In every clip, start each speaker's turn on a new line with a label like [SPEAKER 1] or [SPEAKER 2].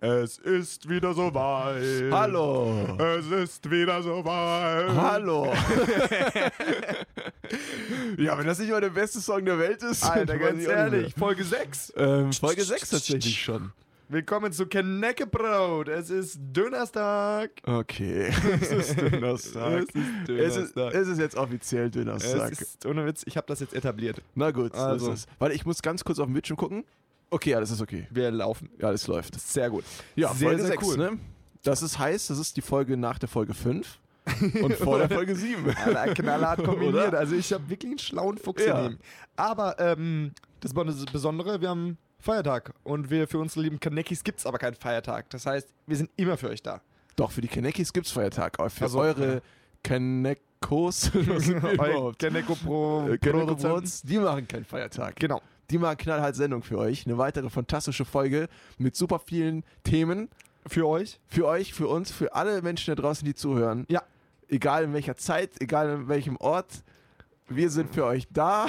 [SPEAKER 1] Es ist wieder soweit.
[SPEAKER 2] Hallo.
[SPEAKER 1] Es ist wieder soweit.
[SPEAKER 2] Hallo. ja, wenn das nicht mal der beste Song der Welt ist,
[SPEAKER 1] Alter,
[SPEAKER 2] weiß
[SPEAKER 1] ganz
[SPEAKER 2] ich auch nicht
[SPEAKER 1] ehrlich, Folge 6.
[SPEAKER 2] mehr. Ähm, Folge 6 tatsächlich schon.
[SPEAKER 1] Willkommen zu Knäckebrot. Es ist Dönerstag.
[SPEAKER 2] Okay. es ist
[SPEAKER 1] Es
[SPEAKER 2] Dönerstag.
[SPEAKER 1] ist
[SPEAKER 2] Es ist,
[SPEAKER 1] Dönerstag.
[SPEAKER 2] es ist jetzt offiziell Dönerstag.
[SPEAKER 1] Es ist, ohne Witz, ich habe das jetzt etabliert.
[SPEAKER 2] Na gut, so
[SPEAKER 1] Also.
[SPEAKER 2] ist es. Warte, ich muss ganz kurz auf den Bildschirm gucken. Okay, ja, das ist okay.
[SPEAKER 1] Wir laufen.
[SPEAKER 2] Ja, das läuft.
[SPEAKER 1] Sehr gut.
[SPEAKER 2] Ja,
[SPEAKER 1] sehr,
[SPEAKER 2] Folge
[SPEAKER 1] sehr
[SPEAKER 2] 6,
[SPEAKER 1] cool.
[SPEAKER 2] ne? Das ist heiß, das ist die Folge nach der Folge 5 und vor der Folge 7.
[SPEAKER 1] Alter, knallhart kombiniert.
[SPEAKER 2] Oder?
[SPEAKER 1] Also ich habe wirklich einen schlauen Fuchs
[SPEAKER 2] Ja.
[SPEAKER 1] daneben. Aber ähm, das war das Besondere, wir haben Feiertag. Und wir für unsere lieben Kanekis gibt es aber keinen Feiertag. Das heißt, wir sind immer für euch da.
[SPEAKER 2] Doch, für die Kanekis gibt's Feiertag. Aber für
[SPEAKER 1] Also,
[SPEAKER 2] eure Kanekos, was sind wir
[SPEAKER 1] Euer
[SPEAKER 2] überhaupt?
[SPEAKER 1] Kaneko Pro.
[SPEAKER 2] Äh, Kaneko
[SPEAKER 1] Produzenten.
[SPEAKER 2] Brots, die machen keinen Feiertag.
[SPEAKER 1] Genau.
[SPEAKER 2] Die machen knallhart Sendung für euch. Eine weitere fantastische Folge mit super vielen Themen
[SPEAKER 1] Für euch?
[SPEAKER 2] für euch, für uns, für alle Menschen da draußen, die zuhören.
[SPEAKER 1] Ja.
[SPEAKER 2] Egal in welcher Zeit, egal in welchem Ort. Wir sind für euch da.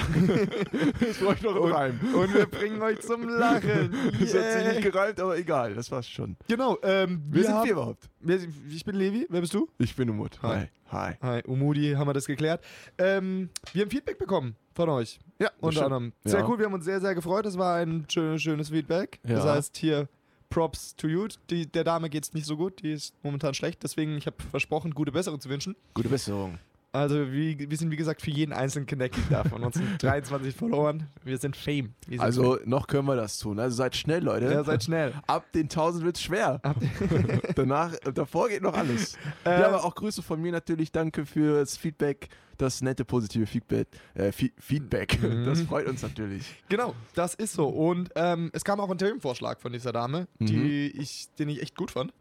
[SPEAKER 2] Jetzt brauche ich noch einen Reim.
[SPEAKER 1] Und wir bringen euch zum Lachen.
[SPEAKER 2] Das hat sich nicht
[SPEAKER 1] Yeah.
[SPEAKER 2] gereimt, aber egal, das war's schon.
[SPEAKER 1] Genau, ähm,
[SPEAKER 2] Wer sind
[SPEAKER 1] haben-
[SPEAKER 2] wir überhaupt?
[SPEAKER 1] Wer sind- Ich bin Levi, wer bist du?
[SPEAKER 2] Ich bin Umut.
[SPEAKER 1] Hi.
[SPEAKER 2] Hi.
[SPEAKER 1] Hi, Umudi, haben wir das geklärt. Ähm, wir haben Feedback bekommen von euch.
[SPEAKER 2] Ja, das
[SPEAKER 1] Unter
[SPEAKER 2] stimmt.
[SPEAKER 1] anderem. Sehr
[SPEAKER 2] Ja.
[SPEAKER 1] cool, wir haben uns sehr, sehr gefreut. Das war ein schönes, schönes Feedback. Das
[SPEAKER 2] Ja.
[SPEAKER 1] heißt, hier Props to you. Die, der Dame geht's nicht so gut, die ist momentan schlecht. Deswegen, ich habe versprochen, gute Besserung zu wünschen.
[SPEAKER 2] Gute Besserung.
[SPEAKER 1] Also, wie, wir sind wie gesagt für jeden einzelnen Connected da von uns sind 23 verloren. Wir sind Fame. Wir sind
[SPEAKER 2] Also, noch können wir das tun. Also, seid schnell, Leute.
[SPEAKER 1] Fame. ja, seid schnell.
[SPEAKER 2] Ab den 1000 wird's schwer.
[SPEAKER 1] Habt ihr-
[SPEAKER 2] Danach, äh, davor geht noch alles.
[SPEAKER 1] Äh,
[SPEAKER 2] ja, aber auch Grüße von mir natürlich. Danke fürs Feedback, das nette positive Feedback. Äh, Fe- Feedback,
[SPEAKER 1] Mhm.
[SPEAKER 2] das freut uns natürlich.
[SPEAKER 1] Genau, das ist so. Und ähm, es kam auch ein Themenvorschlag von dieser Dame, die
[SPEAKER 2] Mhm.
[SPEAKER 1] ich, den ich echt gut fand.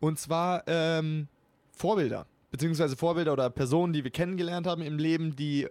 [SPEAKER 1] Und zwar ähm, Vorbilder, beziehungsweise Vorbilder oder Personen, die wir kennengelernt haben im Leben, die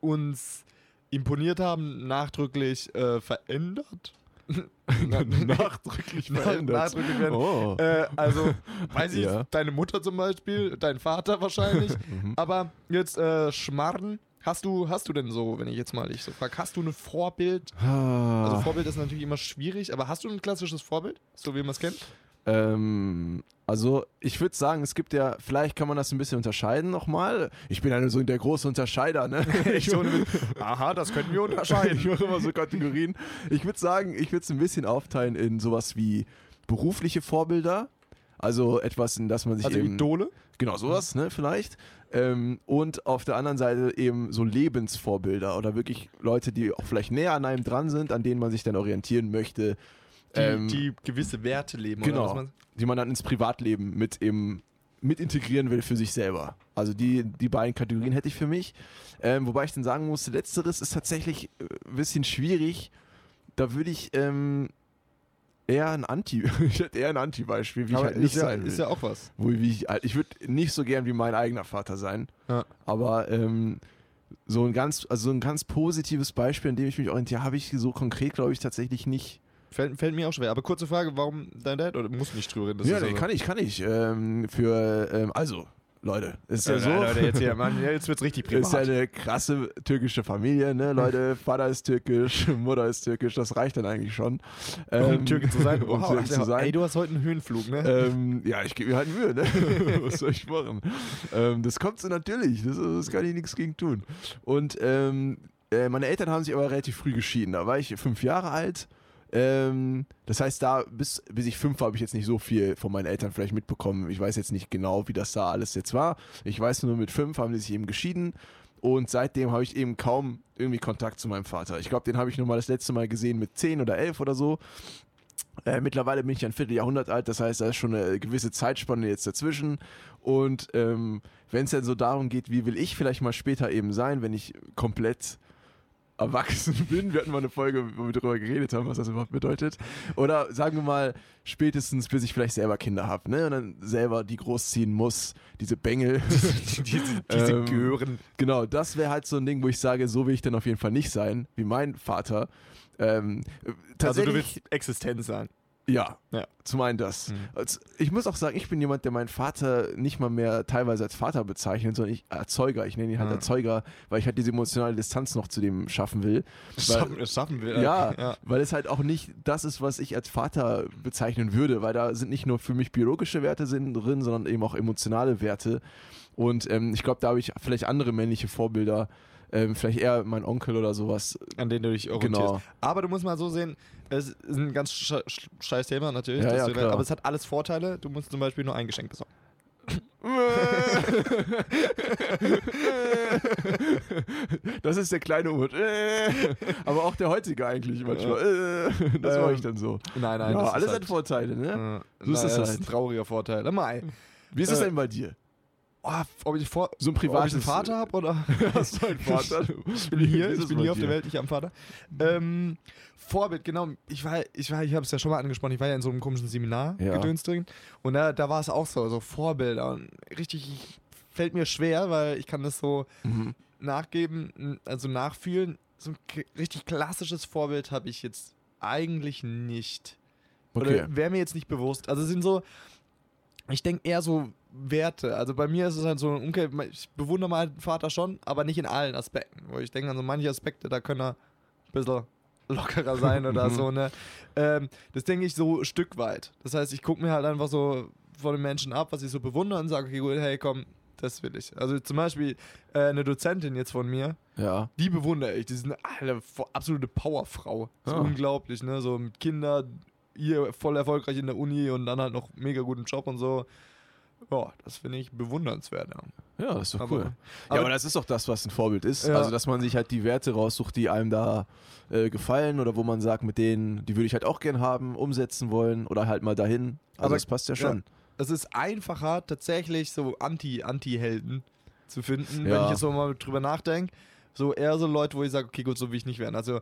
[SPEAKER 1] uns imponiert haben, nachdrücklich äh, verändert.
[SPEAKER 2] nachdrücklich verändert.
[SPEAKER 1] nachdrücklich verändert.
[SPEAKER 2] Oh.
[SPEAKER 1] Äh, also, weiß ich,
[SPEAKER 2] Ja. Mhm.
[SPEAKER 1] deine Mutter zum Beispiel, dein Vater wahrscheinlich. Aber jetzt äh, Schmarren. Hast du, hast du denn so, wenn ich jetzt mal dich so frage, hast du ein Vorbild, also
[SPEAKER 2] also,
[SPEAKER 1] Vorbild ist natürlich immer schwierig, aber hast du ein klassisches Vorbild, so wie man es kennt?
[SPEAKER 2] ähm, also ich würde sagen, es gibt ja, vielleicht kann man das ein bisschen unterscheiden nochmal. Ich bin ja so der große Unterscheider, ne? Ich
[SPEAKER 1] Aha, das könnten wir
[SPEAKER 2] Ich mache immer so Kategorien. Ich würde sagen, ich würde es ein bisschen aufteilen in sowas wie berufliche Vorbilder. Also etwas, in das man sich
[SPEAKER 1] Also Mhm.
[SPEAKER 2] eben...
[SPEAKER 1] Idole?
[SPEAKER 2] Genau, sowas, ne, vielleicht. Ähm, und auf der anderen Seite eben so Lebensvorbilder oder wirklich Leute, die auch vielleicht näher an einem dran sind, an denen man sich dann orientieren möchte.
[SPEAKER 1] Die,
[SPEAKER 2] Ähm,
[SPEAKER 1] die gewisse Werte leben, oder?
[SPEAKER 2] genau,
[SPEAKER 1] was man-
[SPEAKER 2] die man dann ins Privatleben mit eben mit integrieren will für sich selber. Also die, die beiden Kategorien hätte ich für mich. Ähm, wobei ich dann sagen muss, letzteres ist tatsächlich äh, ein bisschen schwierig. Da würde ich ähm, eher ein Anti, ich hätte eher ein Anti-Beispiel, wie ich
[SPEAKER 1] Aber
[SPEAKER 2] halt nicht
[SPEAKER 1] ist, ja,
[SPEAKER 2] sein will.
[SPEAKER 1] ist ja auch was.
[SPEAKER 2] Wo ich, wie ich, halt- ich würde nicht so gern wie mein eigener Vater sein,
[SPEAKER 1] Ja.
[SPEAKER 2] aber ähm, so ein ganz, also so ein ganz positives Beispiel, an dem ich mich orientiere, habe ich so konkret, glaube ich, tatsächlich nicht.
[SPEAKER 1] Fällt, fällt mir auch schwer. Aber kurze Frage, warum dein Dad? Oder musst du nicht drüber reden? also
[SPEAKER 2] ja, nee, kann ich, kann ich. Ähm, für, ähm, also, Leute, es ist ja, so.
[SPEAKER 1] Äh, jetzt, hier, Mann, jetzt wird's richtig
[SPEAKER 2] Ist ja eine krasse türkische Familie, ne, Leute. Vater ist türkisch, Mutter ist türkisch, das reicht dann eigentlich schon. Ähm,
[SPEAKER 1] um Türke zu sein.
[SPEAKER 2] um
[SPEAKER 1] Wow,
[SPEAKER 2] Türke zu
[SPEAKER 1] Alter,
[SPEAKER 2] sein.
[SPEAKER 1] Ey, du hast heute einen Höhenflug, ne?
[SPEAKER 2] ähm, ja, ich gebe mir halt Mühe, ne? Was soll ich machen? Ähm, das kommt so natürlich, das, das kann ich nichts gegen tun. Und ähm, äh, meine Eltern haben sich aber relativ früh geschieden. Da war ich fünf Jahre alt. Ähm, das heißt, da bis, bis ich fünf war, habe ich jetzt nicht so viel von meinen Eltern vielleicht mitbekommen. Ich weiß jetzt nicht genau, wie das da alles jetzt war. Ich weiß nur, mit fünf haben die sich eben geschieden. Und seitdem habe ich eben kaum irgendwie Kontakt zu meinem Vater. Ich glaube, den habe ich nur mal das letzte Mal gesehen mit zehn oder elf oder so. Äh, mittlerweile bin ich ein Vierteljahrhundert alt, das heißt, da ist schon eine gewisse Zeitspanne jetzt dazwischen. Und ähm, wenn es dann so darum geht, wie will ich vielleicht mal später eben sein, wenn ich komplett erwachsen bin, wir hatten mal eine Folge, wo wir darüber geredet haben, was das überhaupt bedeutet. Oder sagen wir mal, spätestens bis ich vielleicht selber Kinder habe, ne? Und dann selber die großziehen muss, diese Bengel.
[SPEAKER 1] diese
[SPEAKER 2] ähm,
[SPEAKER 1] Gören.
[SPEAKER 2] Genau, das wäre halt so ein Ding, wo ich sage, so will ich dann auf jeden Fall nicht sein, wie mein Vater. Ähm,
[SPEAKER 1] Also du
[SPEAKER 2] tatsächlich-
[SPEAKER 1] willst existent sein.
[SPEAKER 2] Ja,
[SPEAKER 1] Ja.
[SPEAKER 2] zum einen das.
[SPEAKER 1] Mhm.
[SPEAKER 2] Also, Ich muss auch sagen, ich bin jemand, der meinen Vater nicht mal mehr teilweise als Vater bezeichnet, sondern ich Erzeuger. Ich nenne ihn halt
[SPEAKER 1] Ja.
[SPEAKER 2] Erzeuger, weil ich halt diese emotionale Distanz noch zu dem schaffen will. Weil,
[SPEAKER 1] Schaffen, schaffen wir.
[SPEAKER 2] ja, weil es halt auch nicht das ist, was ich als Vater bezeichnen würde, weil da sind nicht nur für mich biologische Werte sind drin, sondern eben auch emotionale Werte. Und ähm, ich glaube, da habe ich vielleicht andere männliche Vorbilder, ähm, vielleicht eher mein Onkel oder sowas.
[SPEAKER 1] an denen du dich orientierst.
[SPEAKER 2] Genau.
[SPEAKER 1] Aber du musst mal so sehen, es ist ein ganz sch sch- scheiß Thema natürlich,
[SPEAKER 2] Ja,
[SPEAKER 1] dass
[SPEAKER 2] ja,
[SPEAKER 1] du-
[SPEAKER 2] klar.
[SPEAKER 1] aber es hat alles Vorteile. Du musst zum Beispiel nur ein Geschenk besorgen.
[SPEAKER 2] Das ist der kleine Urt. Aber auch der heutige eigentlich manchmal. Äh. Das mache ich dann so.
[SPEAKER 1] Nein, nein.
[SPEAKER 2] ja,
[SPEAKER 1] das ist
[SPEAKER 2] alles
[SPEAKER 1] halt,
[SPEAKER 2] hat Vorteile, ne?
[SPEAKER 1] äh,
[SPEAKER 2] So
[SPEAKER 1] naja,
[SPEAKER 2] ist das
[SPEAKER 1] das ist
[SPEAKER 2] halt.
[SPEAKER 1] ein trauriger Vorteil. Mai.
[SPEAKER 2] Wie ist es
[SPEAKER 1] Äh,
[SPEAKER 2] denn bei dir?
[SPEAKER 1] Oh, ob ich vor
[SPEAKER 2] So
[SPEAKER 1] ob
[SPEAKER 2] ein
[SPEAKER 1] ich
[SPEAKER 2] privates
[SPEAKER 1] einen Vater habe oder
[SPEAKER 2] Hast du einen Vater?
[SPEAKER 1] ich bin hier,
[SPEAKER 2] Wie ist
[SPEAKER 1] ich
[SPEAKER 2] es
[SPEAKER 1] bin
[SPEAKER 2] bei
[SPEAKER 1] hier auf
[SPEAKER 2] dir?
[SPEAKER 1] der Welt, ich am Vater. Ähm, Vorbild, genau. Ich war, ich war, ich habe es ja schon mal angesprochen. Ich war ja in so einem komischen Seminar
[SPEAKER 2] Ja.
[SPEAKER 1] gedönstring und da, da war es auch so, so Vorbilder und richtig fällt mir schwer, weil ich kann das so
[SPEAKER 2] Mhm.
[SPEAKER 1] nachgeben, n- also nachfühlen. So ein k- richtig klassisches Vorbild habe ich jetzt eigentlich nicht.
[SPEAKER 2] Okay.
[SPEAKER 1] Oder wäre mir jetzt nicht bewusst. Also es sind so, ich denke eher so Werte. Also bei mir ist es halt so, okay, ich bewundere meinen Vater schon, aber nicht in allen Aspekten. Wo ich denke an so manche Aspekte, da können er ein bisschen lockerer sein oder so. Ne? Ähm, das denke ich so Stück weit. Das heißt, ich gucke mir halt einfach so von den Menschen ab, was ich so bewundere und sage, okay, gut, hey, komm, das will ich. Also zum Beispiel äh, eine Dozentin jetzt von mir,
[SPEAKER 2] Ja.
[SPEAKER 1] die bewundere ich. Die ist eine alle- vo- absolute Powerfrau. Das ist
[SPEAKER 2] Ah.
[SPEAKER 1] unglaublich, ne? So mit Kinder, ihr voll erfolgreich in der Uni und dann halt noch mega guten Job und so. Ja, das finde ich bewundernswert. Ja.
[SPEAKER 2] Ja, das ist doch
[SPEAKER 1] Aber-
[SPEAKER 2] cool.
[SPEAKER 1] aber-
[SPEAKER 2] ja, aber das ist doch das, was ein Vorbild ist.
[SPEAKER 1] Ja.
[SPEAKER 2] Also, dass man sich halt die Werte raussucht, die einem da äh, gefallen oder wo man sagt, mit denen, die würde ich halt auch gern haben, umsetzen wollen oder halt mal dahin. Also,
[SPEAKER 1] Aber-
[SPEAKER 2] das passt ja schon.
[SPEAKER 1] Es ist einfacher, tatsächlich so Anti- Anti-Helden zu finden, wenn
[SPEAKER 2] Ja.
[SPEAKER 1] ich jetzt so mal drüber nachdenke. So eher so Leute, wo ich sage, okay, gut, so will ich nicht werden. Also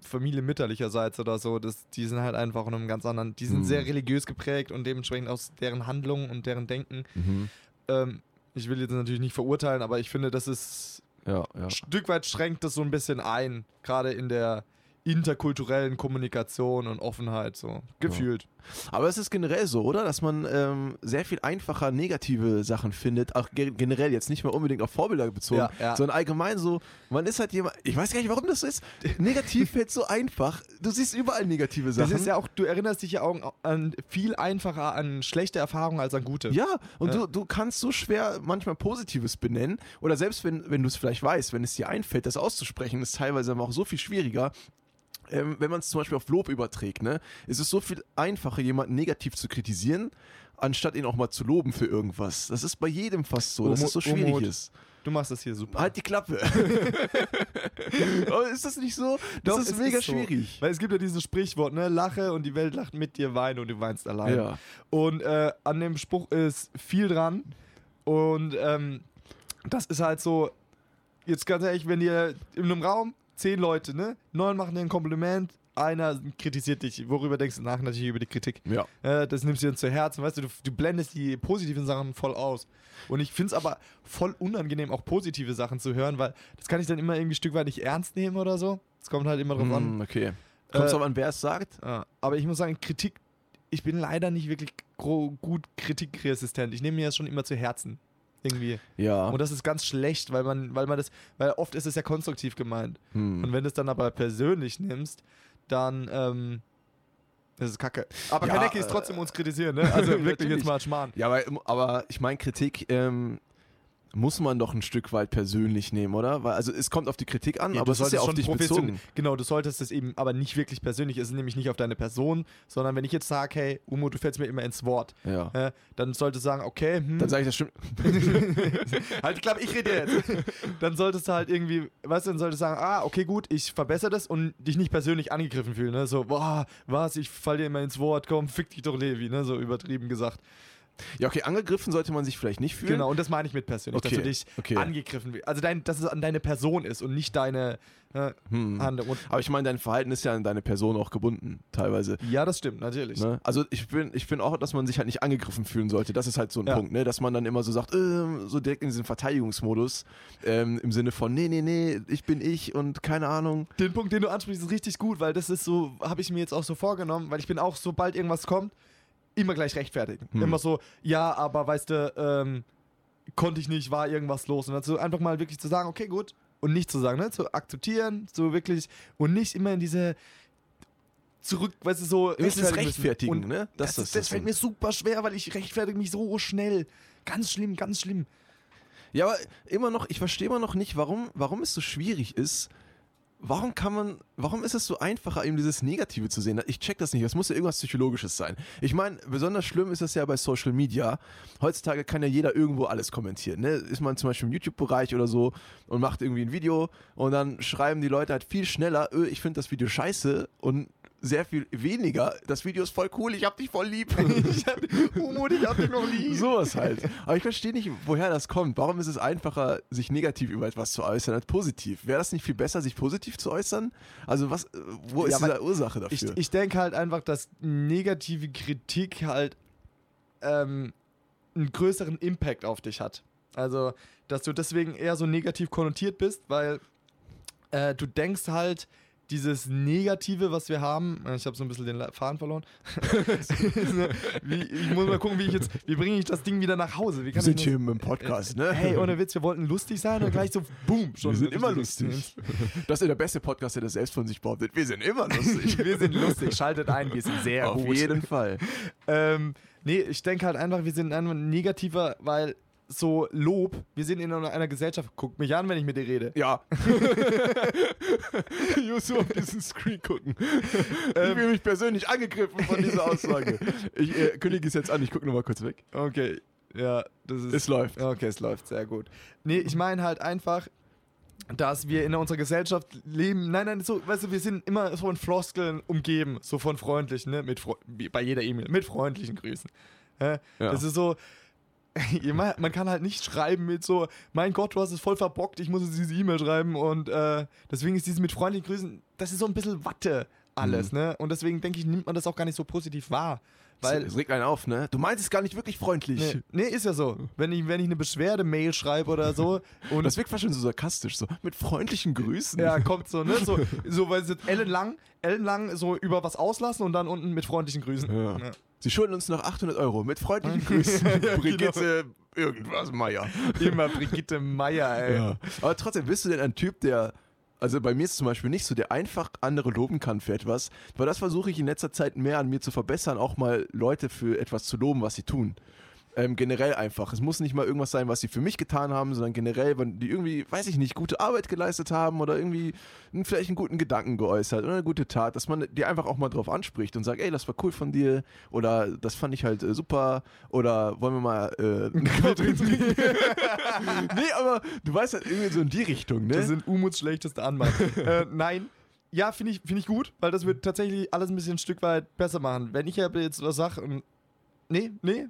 [SPEAKER 1] Familie mütterlicherseits oder so, das, die sind halt einfach in einem ganz anderen, die sind
[SPEAKER 2] Hm.
[SPEAKER 1] sehr religiös geprägt und dementsprechend aus deren Handlungen und deren Denken
[SPEAKER 2] Mhm.
[SPEAKER 1] ähm, ich will jetzt natürlich nicht verurteilen, aber ich finde, das ist
[SPEAKER 2] Ja, ja.
[SPEAKER 1] ein Stück weit schränkt das so ein bisschen ein, gerade in der interkulturellen Kommunikation und Offenheit so gefühlt.
[SPEAKER 2] Aber es ist generell so, oder? Dass man ähm, sehr viel einfacher negative Sachen findet. Auch ge generell jetzt nicht mehr unbedingt auf Vorbilder bezogen,
[SPEAKER 1] Ja, ja.
[SPEAKER 2] sondern allgemein so. Man ist halt jemand. Ich weiß gar nicht, warum das so ist. Negativ fällt so einfach. Du siehst überall negative
[SPEAKER 1] Das
[SPEAKER 2] Sachen.
[SPEAKER 1] ist ja auch, du erinnerst dich ja auch an viel einfacher an schlechte Erfahrungen als an gute.
[SPEAKER 2] Ja, und
[SPEAKER 1] Ja.
[SPEAKER 2] Du, du kannst so schwer manchmal Positives benennen. Oder selbst wenn, wenn du es vielleicht weißt, wenn es dir einfällt, das auszusprechen, ist teilweise aber auch so viel schwieriger. Ähm, wenn man es zum Beispiel auf Lob überträgt, ne? Es ist so viel einfacher, jemanden negativ zu kritisieren, anstatt ihn auch mal zu loben für irgendwas. Das ist bei jedem fast so, dass
[SPEAKER 1] Urmu-
[SPEAKER 2] es so schwierig
[SPEAKER 1] Urmut.
[SPEAKER 2] ist.
[SPEAKER 1] Du machst das hier super.
[SPEAKER 2] Halt die Klappe. aber ist das nicht so? Das
[SPEAKER 1] Doch,
[SPEAKER 2] ist
[SPEAKER 1] es
[SPEAKER 2] mega
[SPEAKER 1] so.
[SPEAKER 2] schwierig.
[SPEAKER 1] Weil es gibt ja dieses Sprichwort, ne? Lache und die Welt lacht mit dir, weine und du weinst allein.
[SPEAKER 2] Ja.
[SPEAKER 1] Und äh, an dem Spruch ist viel dran. Und ähm, das ist halt so, jetzt ganz ehrlich, wenn ihr in einem Raum zehn Leute, ne? Neun machen dir ein Kompliment, einer kritisiert dich. Worüber denkst du nach? Natürlich über die Kritik.
[SPEAKER 2] Ja.
[SPEAKER 1] Äh, das nimmst du dir zu Herzen, weißt du, du, du blendest die positiven Sachen voll aus. Und ich finde es aber voll unangenehm, auch positive Sachen zu hören, weil das kann ich dann immer irgendwie ein Stück weit nicht ernst nehmen oder so. Es kommt halt immer drauf an.
[SPEAKER 2] Hm, okay. Kommt
[SPEAKER 1] Äh,
[SPEAKER 2] drauf an, wer es sagt?
[SPEAKER 1] Ja, aber ich muss sagen, Kritik, ich bin leider nicht wirklich gro- gut kritikresistent. Ich nehme mir das schon immer zu Herzen. Irgendwie.
[SPEAKER 2] Ja.
[SPEAKER 1] Und das ist ganz schlecht, weil man, weil man das, weil oft ist es ja konstruktiv gemeint.
[SPEAKER 2] Hm.
[SPEAKER 1] Und wenn du es dann aber persönlich nimmst, dann, ähm, das ist kacke. Aber
[SPEAKER 2] Ja,
[SPEAKER 1] Kaneki ist
[SPEAKER 2] äh,
[SPEAKER 1] trotzdem uns kritisieren, ne? Also wirklich
[SPEAKER 2] Natürlich.
[SPEAKER 1] jetzt mal schmarrn.
[SPEAKER 2] Ja, aber, aber ich meine, Kritik ähm, muss man doch ein Stück weit persönlich nehmen, oder? Weil, also es kommt auf die Kritik an,
[SPEAKER 1] Ja,
[SPEAKER 2] aber
[SPEAKER 1] du
[SPEAKER 2] es ist
[SPEAKER 1] solltest
[SPEAKER 2] ja auf
[SPEAKER 1] schon
[SPEAKER 2] dich
[SPEAKER 1] profession-
[SPEAKER 2] bezogen.
[SPEAKER 1] Genau, du solltest es eben aber nicht wirklich persönlich. Es ist nämlich nicht auf deine Person, sondern wenn ich jetzt sage, hey, Umo, du fällst mir immer ins Wort,
[SPEAKER 2] Ja.
[SPEAKER 1] äh, dann solltest du sagen, okay, hm,
[SPEAKER 2] Dann sage ich das stimmt.
[SPEAKER 1] halt die Klappe, ich rede jetzt. Dann solltest du halt irgendwie, weißt du, dann solltest du sagen, ah, okay, gut, ich verbessere das und dich nicht persönlich angegriffen fühlen. Ne? So, boah, was, ich fall dir immer ins Wort, komm, fick dich doch, Levi, ne? so übertrieben gesagt.
[SPEAKER 2] Ja, okay, angegriffen sollte man sich vielleicht nicht fühlen.
[SPEAKER 1] Genau, und das meine ich mit persönlich,
[SPEAKER 2] Okay,
[SPEAKER 1] dass du dich
[SPEAKER 2] okay.
[SPEAKER 1] angegriffen wirst. Also, dein, dass es an deine Person ist und nicht deine äh, Handlung. Und,
[SPEAKER 2] Aber ich meine, dein Verhalten ist ja an deine Person auch gebunden, teilweise.
[SPEAKER 1] ja, das stimmt, natürlich.
[SPEAKER 2] Ne? Also ich bin, ich bin auch, dass man sich halt nicht angegriffen fühlen sollte. Das ist halt so ein
[SPEAKER 1] Ja.
[SPEAKER 2] Punkt, ne? Dass man dann immer so sagt, ähm, so direkt in diesen Verteidigungsmodus, ähm, im Sinne von, nee, nee, nee, ich bin ich und keine Ahnung.
[SPEAKER 1] Den Punkt, den du ansprichst, ist richtig gut, weil das ist so, habe ich mir jetzt auch so vorgenommen, weil ich bin auch, sobald irgendwas kommt, immer gleich rechtfertigen.
[SPEAKER 2] Hm.
[SPEAKER 1] Immer so, ja, aber weißt du, ähm, konnte ich nicht, war irgendwas los. Und dazu einfach mal wirklich zu sagen, okay, gut. Und nicht zu sagen, ne? Zu akzeptieren, so wirklich. Und nicht immer in diese zurück, weißt du, so.
[SPEAKER 2] Wir müssen es
[SPEAKER 1] müssen.
[SPEAKER 2] rechtfertigen,
[SPEAKER 1] Und
[SPEAKER 2] ne?
[SPEAKER 1] Das, ist, das fällt mir super schwer, weil ich rechtfertige mich so schnell. Ganz schlimm, ganz schlimm.
[SPEAKER 2] Ja, aber immer noch, ich verstehe immer noch nicht, warum, warum es so schwierig ist. Warum kann man, warum ist es so einfacher, eben dieses Negative zu sehen? Ich check das nicht. Das muss ja irgendwas Psychologisches sein. Ich meine, besonders schlimm ist das ja bei Social Media. Heutzutage kann ja jeder irgendwo alles kommentieren. Ne? Ist man zum Beispiel im YouTube-Bereich oder so und macht irgendwie ein Video und dann schreiben die Leute halt viel schneller, öh, ich finde das Video scheiße und sehr viel weniger, das Video ist voll cool, ich hab dich voll lieb.
[SPEAKER 1] Ich hab, Homo, ich hab dich noch lieb.
[SPEAKER 2] Sowas halt. Aber ich verstehe nicht, woher das kommt. Warum ist es einfacher, sich negativ über etwas zu äußern als positiv? Wäre das nicht viel besser, sich positiv zu äußern? Also was, äh, wo
[SPEAKER 1] Ja,
[SPEAKER 2] ist
[SPEAKER 1] weil
[SPEAKER 2] diese Ursache dafür?
[SPEAKER 1] Ich, ich denke halt einfach, dass negative Kritik halt ähm, einen größeren Impact auf dich hat. Also, dass du deswegen eher so negativ konnotiert bist, weil äh, du denkst halt, dieses Negative, was wir haben, äh, ich habe so ein bisschen den La- Faden verloren. wie, ich muss mal gucken, wie ich jetzt, wie bringe ich das Ding wieder nach Hause? Wie kann
[SPEAKER 2] Wir
[SPEAKER 1] ich
[SPEAKER 2] sind
[SPEAKER 1] das-
[SPEAKER 2] hier im Podcast, ne?
[SPEAKER 1] Hey, ohne Witz, wir wollten lustig sein und gleich so, boom, schon.
[SPEAKER 2] wir sind immer
[SPEAKER 1] richtig-
[SPEAKER 2] lustig. Das ist der beste Podcast, der das selbst von sich behauptet. Wir sind immer lustig.
[SPEAKER 1] Wir sind lustig, schaltet ein, wir sind sehr
[SPEAKER 2] Auf
[SPEAKER 1] gut.
[SPEAKER 2] jeden Fall.
[SPEAKER 1] Ähm, nee, ich denke halt einfach, wir sind einfach negativer, weil so Lob, wir sind in einer einer Gesellschaft, guck mich an, wenn ich mit dir rede.
[SPEAKER 2] Ja. Jusu auf diesen Screen gucken. ich fühle mich persönlich angegriffen von dieser Aussage. Ich äh, kündige es jetzt an, ich gucke nochmal kurz weg.
[SPEAKER 1] Okay, ja, das ist...
[SPEAKER 2] Es läuft.
[SPEAKER 1] Okay, es läuft, sehr gut. Nee, ich meine halt einfach, dass wir in unserer Gesellschaft leben, nein, nein, so, weißt du, wir sind immer so von Floskeln umgeben, so von freundlichen, ne, mit, Fre- wie bei jeder E-Mail, mit freundlichen Grüßen. Hä?
[SPEAKER 2] Ja.
[SPEAKER 1] Das ist so... ihr ma- Man kann halt nicht schreiben mit so, mein Gott, du hast es voll verbockt, ich muss jetzt diese E-Mail schreiben und äh, deswegen ist diese mit freundlichen Grüßen, das ist so ein bisschen Watte alles,
[SPEAKER 2] Mhm.
[SPEAKER 1] ne? Und deswegen denke ich, nimmt man das auch gar nicht so positiv wahr. Weil,
[SPEAKER 2] es regt einen auf, ne? Du meinst es gar nicht wirklich freundlich.
[SPEAKER 1] nee, nee, ist ja so. Wenn ich, wenn ich eine Beschwerde-Mail schreibe oder so und
[SPEAKER 2] Und das wirkt fast schon so sarkastisch, so mit freundlichen Grüßen.
[SPEAKER 1] ja, kommt so, ne? So, so weil es jetzt ellenlang, ellenlang so über was auslassen und dann unten mit freundlichen Grüßen.
[SPEAKER 2] Ja. genau.
[SPEAKER 1] Ja.
[SPEAKER 2] Sie schulden uns noch 800 Euro mit freundlichen Grüßen. Brigitte, irgendwas, Meier.
[SPEAKER 1] Immer Brigitte Meier, ey.
[SPEAKER 2] Ja. Aber trotzdem, bist du denn ein Typ, der, also bei mir ist es zum Beispiel nicht so, der einfach andere loben kann für etwas, weil das versuche ich in letzter Zeit mehr an mir zu verbessern, auch mal Leute für etwas zu loben, was sie tun. Ähm, generell einfach. Es muss nicht mal irgendwas sein, was sie für mich getan haben, sondern generell, wenn die irgendwie, weiß ich nicht, gute Arbeit geleistet haben oder irgendwie einen, vielleicht einen guten Gedanken geäußert oder eine gute Tat, dass man die einfach auch mal drauf anspricht und sagt, ey, das war cool von dir oder das fand ich halt äh, super oder wollen wir mal äh, einen Kaffee trinken? nee, aber du weißt halt irgendwie so in die Richtung, ne?
[SPEAKER 1] Das sind Umuts schlechteste Anmachen. äh, nein. Ja, finde ich, find ich gut, weil das wird tatsächlich alles ein bisschen ein Stück weit besser machen. Wenn ich ja jetzt was sage, ähm, nee, nee,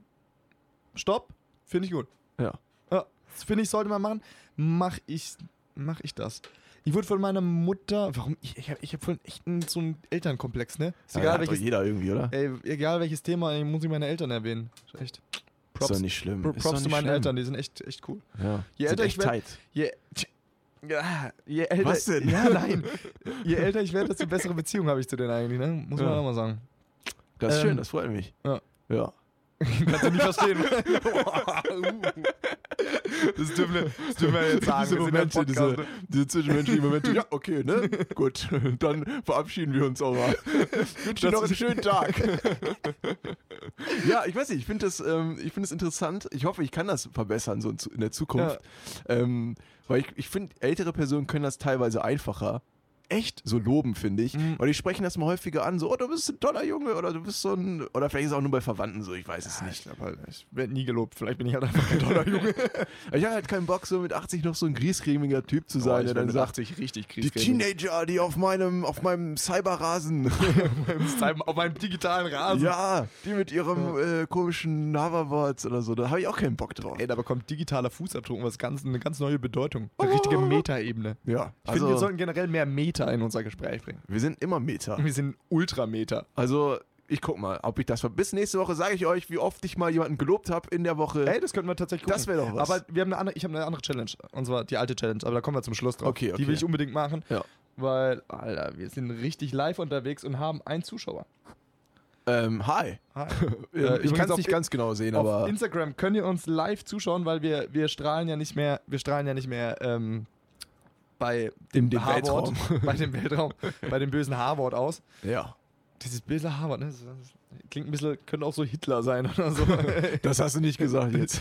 [SPEAKER 1] stopp, finde ich gut.
[SPEAKER 2] ja.
[SPEAKER 1] Ja, das finde ich, sollte man machen. Mach ich, mach ich das. Ich wurde von meiner Mutter, warum, ich, ich habe ich hab voll echt einen, so einen Elternkomplex, ne? Ist
[SPEAKER 2] Ja,
[SPEAKER 1] egal,
[SPEAKER 2] hat doch
[SPEAKER 1] welches, Äh,
[SPEAKER 2] jeder irgendwie, oder?
[SPEAKER 1] ey, egal welches Thema, ey, muss ich meine Eltern erwähnen. Ist Echt.
[SPEAKER 2] ist doch
[SPEAKER 1] Props,
[SPEAKER 2] nicht schlimm.
[SPEAKER 1] Pro-
[SPEAKER 2] ist
[SPEAKER 1] Props
[SPEAKER 2] doch
[SPEAKER 1] zu
[SPEAKER 2] nicht
[SPEAKER 1] meinen
[SPEAKER 2] schlimm.
[SPEAKER 1] Eltern, die sind echt, echt cool.
[SPEAKER 2] Ja.
[SPEAKER 1] Je
[SPEAKER 2] Sind
[SPEAKER 1] älter
[SPEAKER 2] echt
[SPEAKER 1] ich werd-
[SPEAKER 2] tight.
[SPEAKER 1] Je, ja, je älter,
[SPEAKER 2] Was denn?
[SPEAKER 1] Ja, nein. Je älter ich werde, desto bessere Beziehung habe ich zu denen eigentlich, ne? Muss man
[SPEAKER 2] Ja.
[SPEAKER 1] auch mal sagen.
[SPEAKER 2] Das ist
[SPEAKER 1] Ähm,
[SPEAKER 2] schön, das freut mich.
[SPEAKER 1] ja.
[SPEAKER 2] Ja.
[SPEAKER 1] Kannst du nicht verstehen. das, dürfen wir, das dürfen wir jetzt sagen.
[SPEAKER 2] Diese
[SPEAKER 1] wir sind
[SPEAKER 2] Momente,
[SPEAKER 1] ein Podcast,
[SPEAKER 2] diese, diese zwischenmenschlichen Momente. Ja, okay, ne? Gut, dann verabschieden wir uns auch mal. Wünsche
[SPEAKER 1] Das
[SPEAKER 2] dir noch einen
[SPEAKER 1] ist-
[SPEAKER 2] schönen Tag. ja, ich weiß nicht, ich finde das, ähm, ich find das interessant. Ich hoffe, ich kann das verbessern so in zu- in der Zukunft. Ähm, weil ich, ich finde, ältere Personen können das teilweise einfacher echt so loben, finde ich.
[SPEAKER 1] Mhm.
[SPEAKER 2] Weil die sprechen das mal häufiger an, so, oh, du bist ein toller Junge oder du bist so ein. Oder vielleicht ist es auch nur bei Verwandten so, ich weiß es nicht.
[SPEAKER 1] Ich glaube halt, ich werde nie gelobt. Vielleicht bin ich halt einfach ein toller Junge.
[SPEAKER 2] Ich habe halt keinen Bock, so mit 80 noch so ein griesgrämiger Typ zu sein,
[SPEAKER 1] Boah, Oh, ich
[SPEAKER 2] der
[SPEAKER 1] bin
[SPEAKER 2] dann
[SPEAKER 1] mit
[SPEAKER 2] sagt,
[SPEAKER 1] 80 richtig
[SPEAKER 2] die Teenager, die auf meinem, auf meinem Cyberrasen,
[SPEAKER 1] Teenager auf meinem digitalen Rasen.
[SPEAKER 2] ja, die mit ihrem äh, komischen Hoverboards oder so, da habe ich auch keinen Bock drauf.
[SPEAKER 1] Ey, da bekommt digitaler Fußabdruck was ganz, eine ganz neue Bedeutung. Eine richtige Metaebene.
[SPEAKER 2] Ja, also,
[SPEAKER 1] Ich finde, wir sollten generell mehr Meta in unser Gespräch bringen.
[SPEAKER 2] wir sind immer Meter.
[SPEAKER 1] Wir sind Ultrameter.
[SPEAKER 2] Also, ich guck mal, ob ich das ver- Bis nächste Woche sage ich euch, wie oft ich mal jemanden gelobt habe in der Woche.
[SPEAKER 1] Ey, das könnten wir tatsächlich gucken.
[SPEAKER 2] Das wäre doch was.
[SPEAKER 1] Aber wir haben eine andere, ich habe eine andere Challenge. Und zwar die alte Challenge. Aber da kommen wir zum Schluss drauf.
[SPEAKER 2] Okay, okay.
[SPEAKER 1] Die will ich unbedingt machen.
[SPEAKER 2] Ja.
[SPEAKER 1] Weil, Alter, wir sind richtig live unterwegs und haben einen Zuschauer.
[SPEAKER 2] Ähm, hi. Ähm,
[SPEAKER 1] Äh,
[SPEAKER 2] ich
[SPEAKER 1] übrigens
[SPEAKER 2] kann es
[SPEAKER 1] auf
[SPEAKER 2] nicht
[SPEAKER 1] I-
[SPEAKER 2] ganz genau sehen,
[SPEAKER 1] Auf
[SPEAKER 2] aber
[SPEAKER 1] Instagram könnt ihr uns live zuschauen, weil wir, wir strahlen ja nicht mehr, wir strahlen ja nicht mehr ähm, bei
[SPEAKER 2] in dem
[SPEAKER 1] H-Wort,
[SPEAKER 2] Weltraum.
[SPEAKER 1] bei dem Weltraum, bei dem bösen H-Wort aus.
[SPEAKER 2] Ja.
[SPEAKER 1] Dieses böse H-Wort, ne? Das, das klingt ein bisschen, könnte auch so Hitler sein oder so.
[SPEAKER 2] Das hast du nicht gesagt jetzt.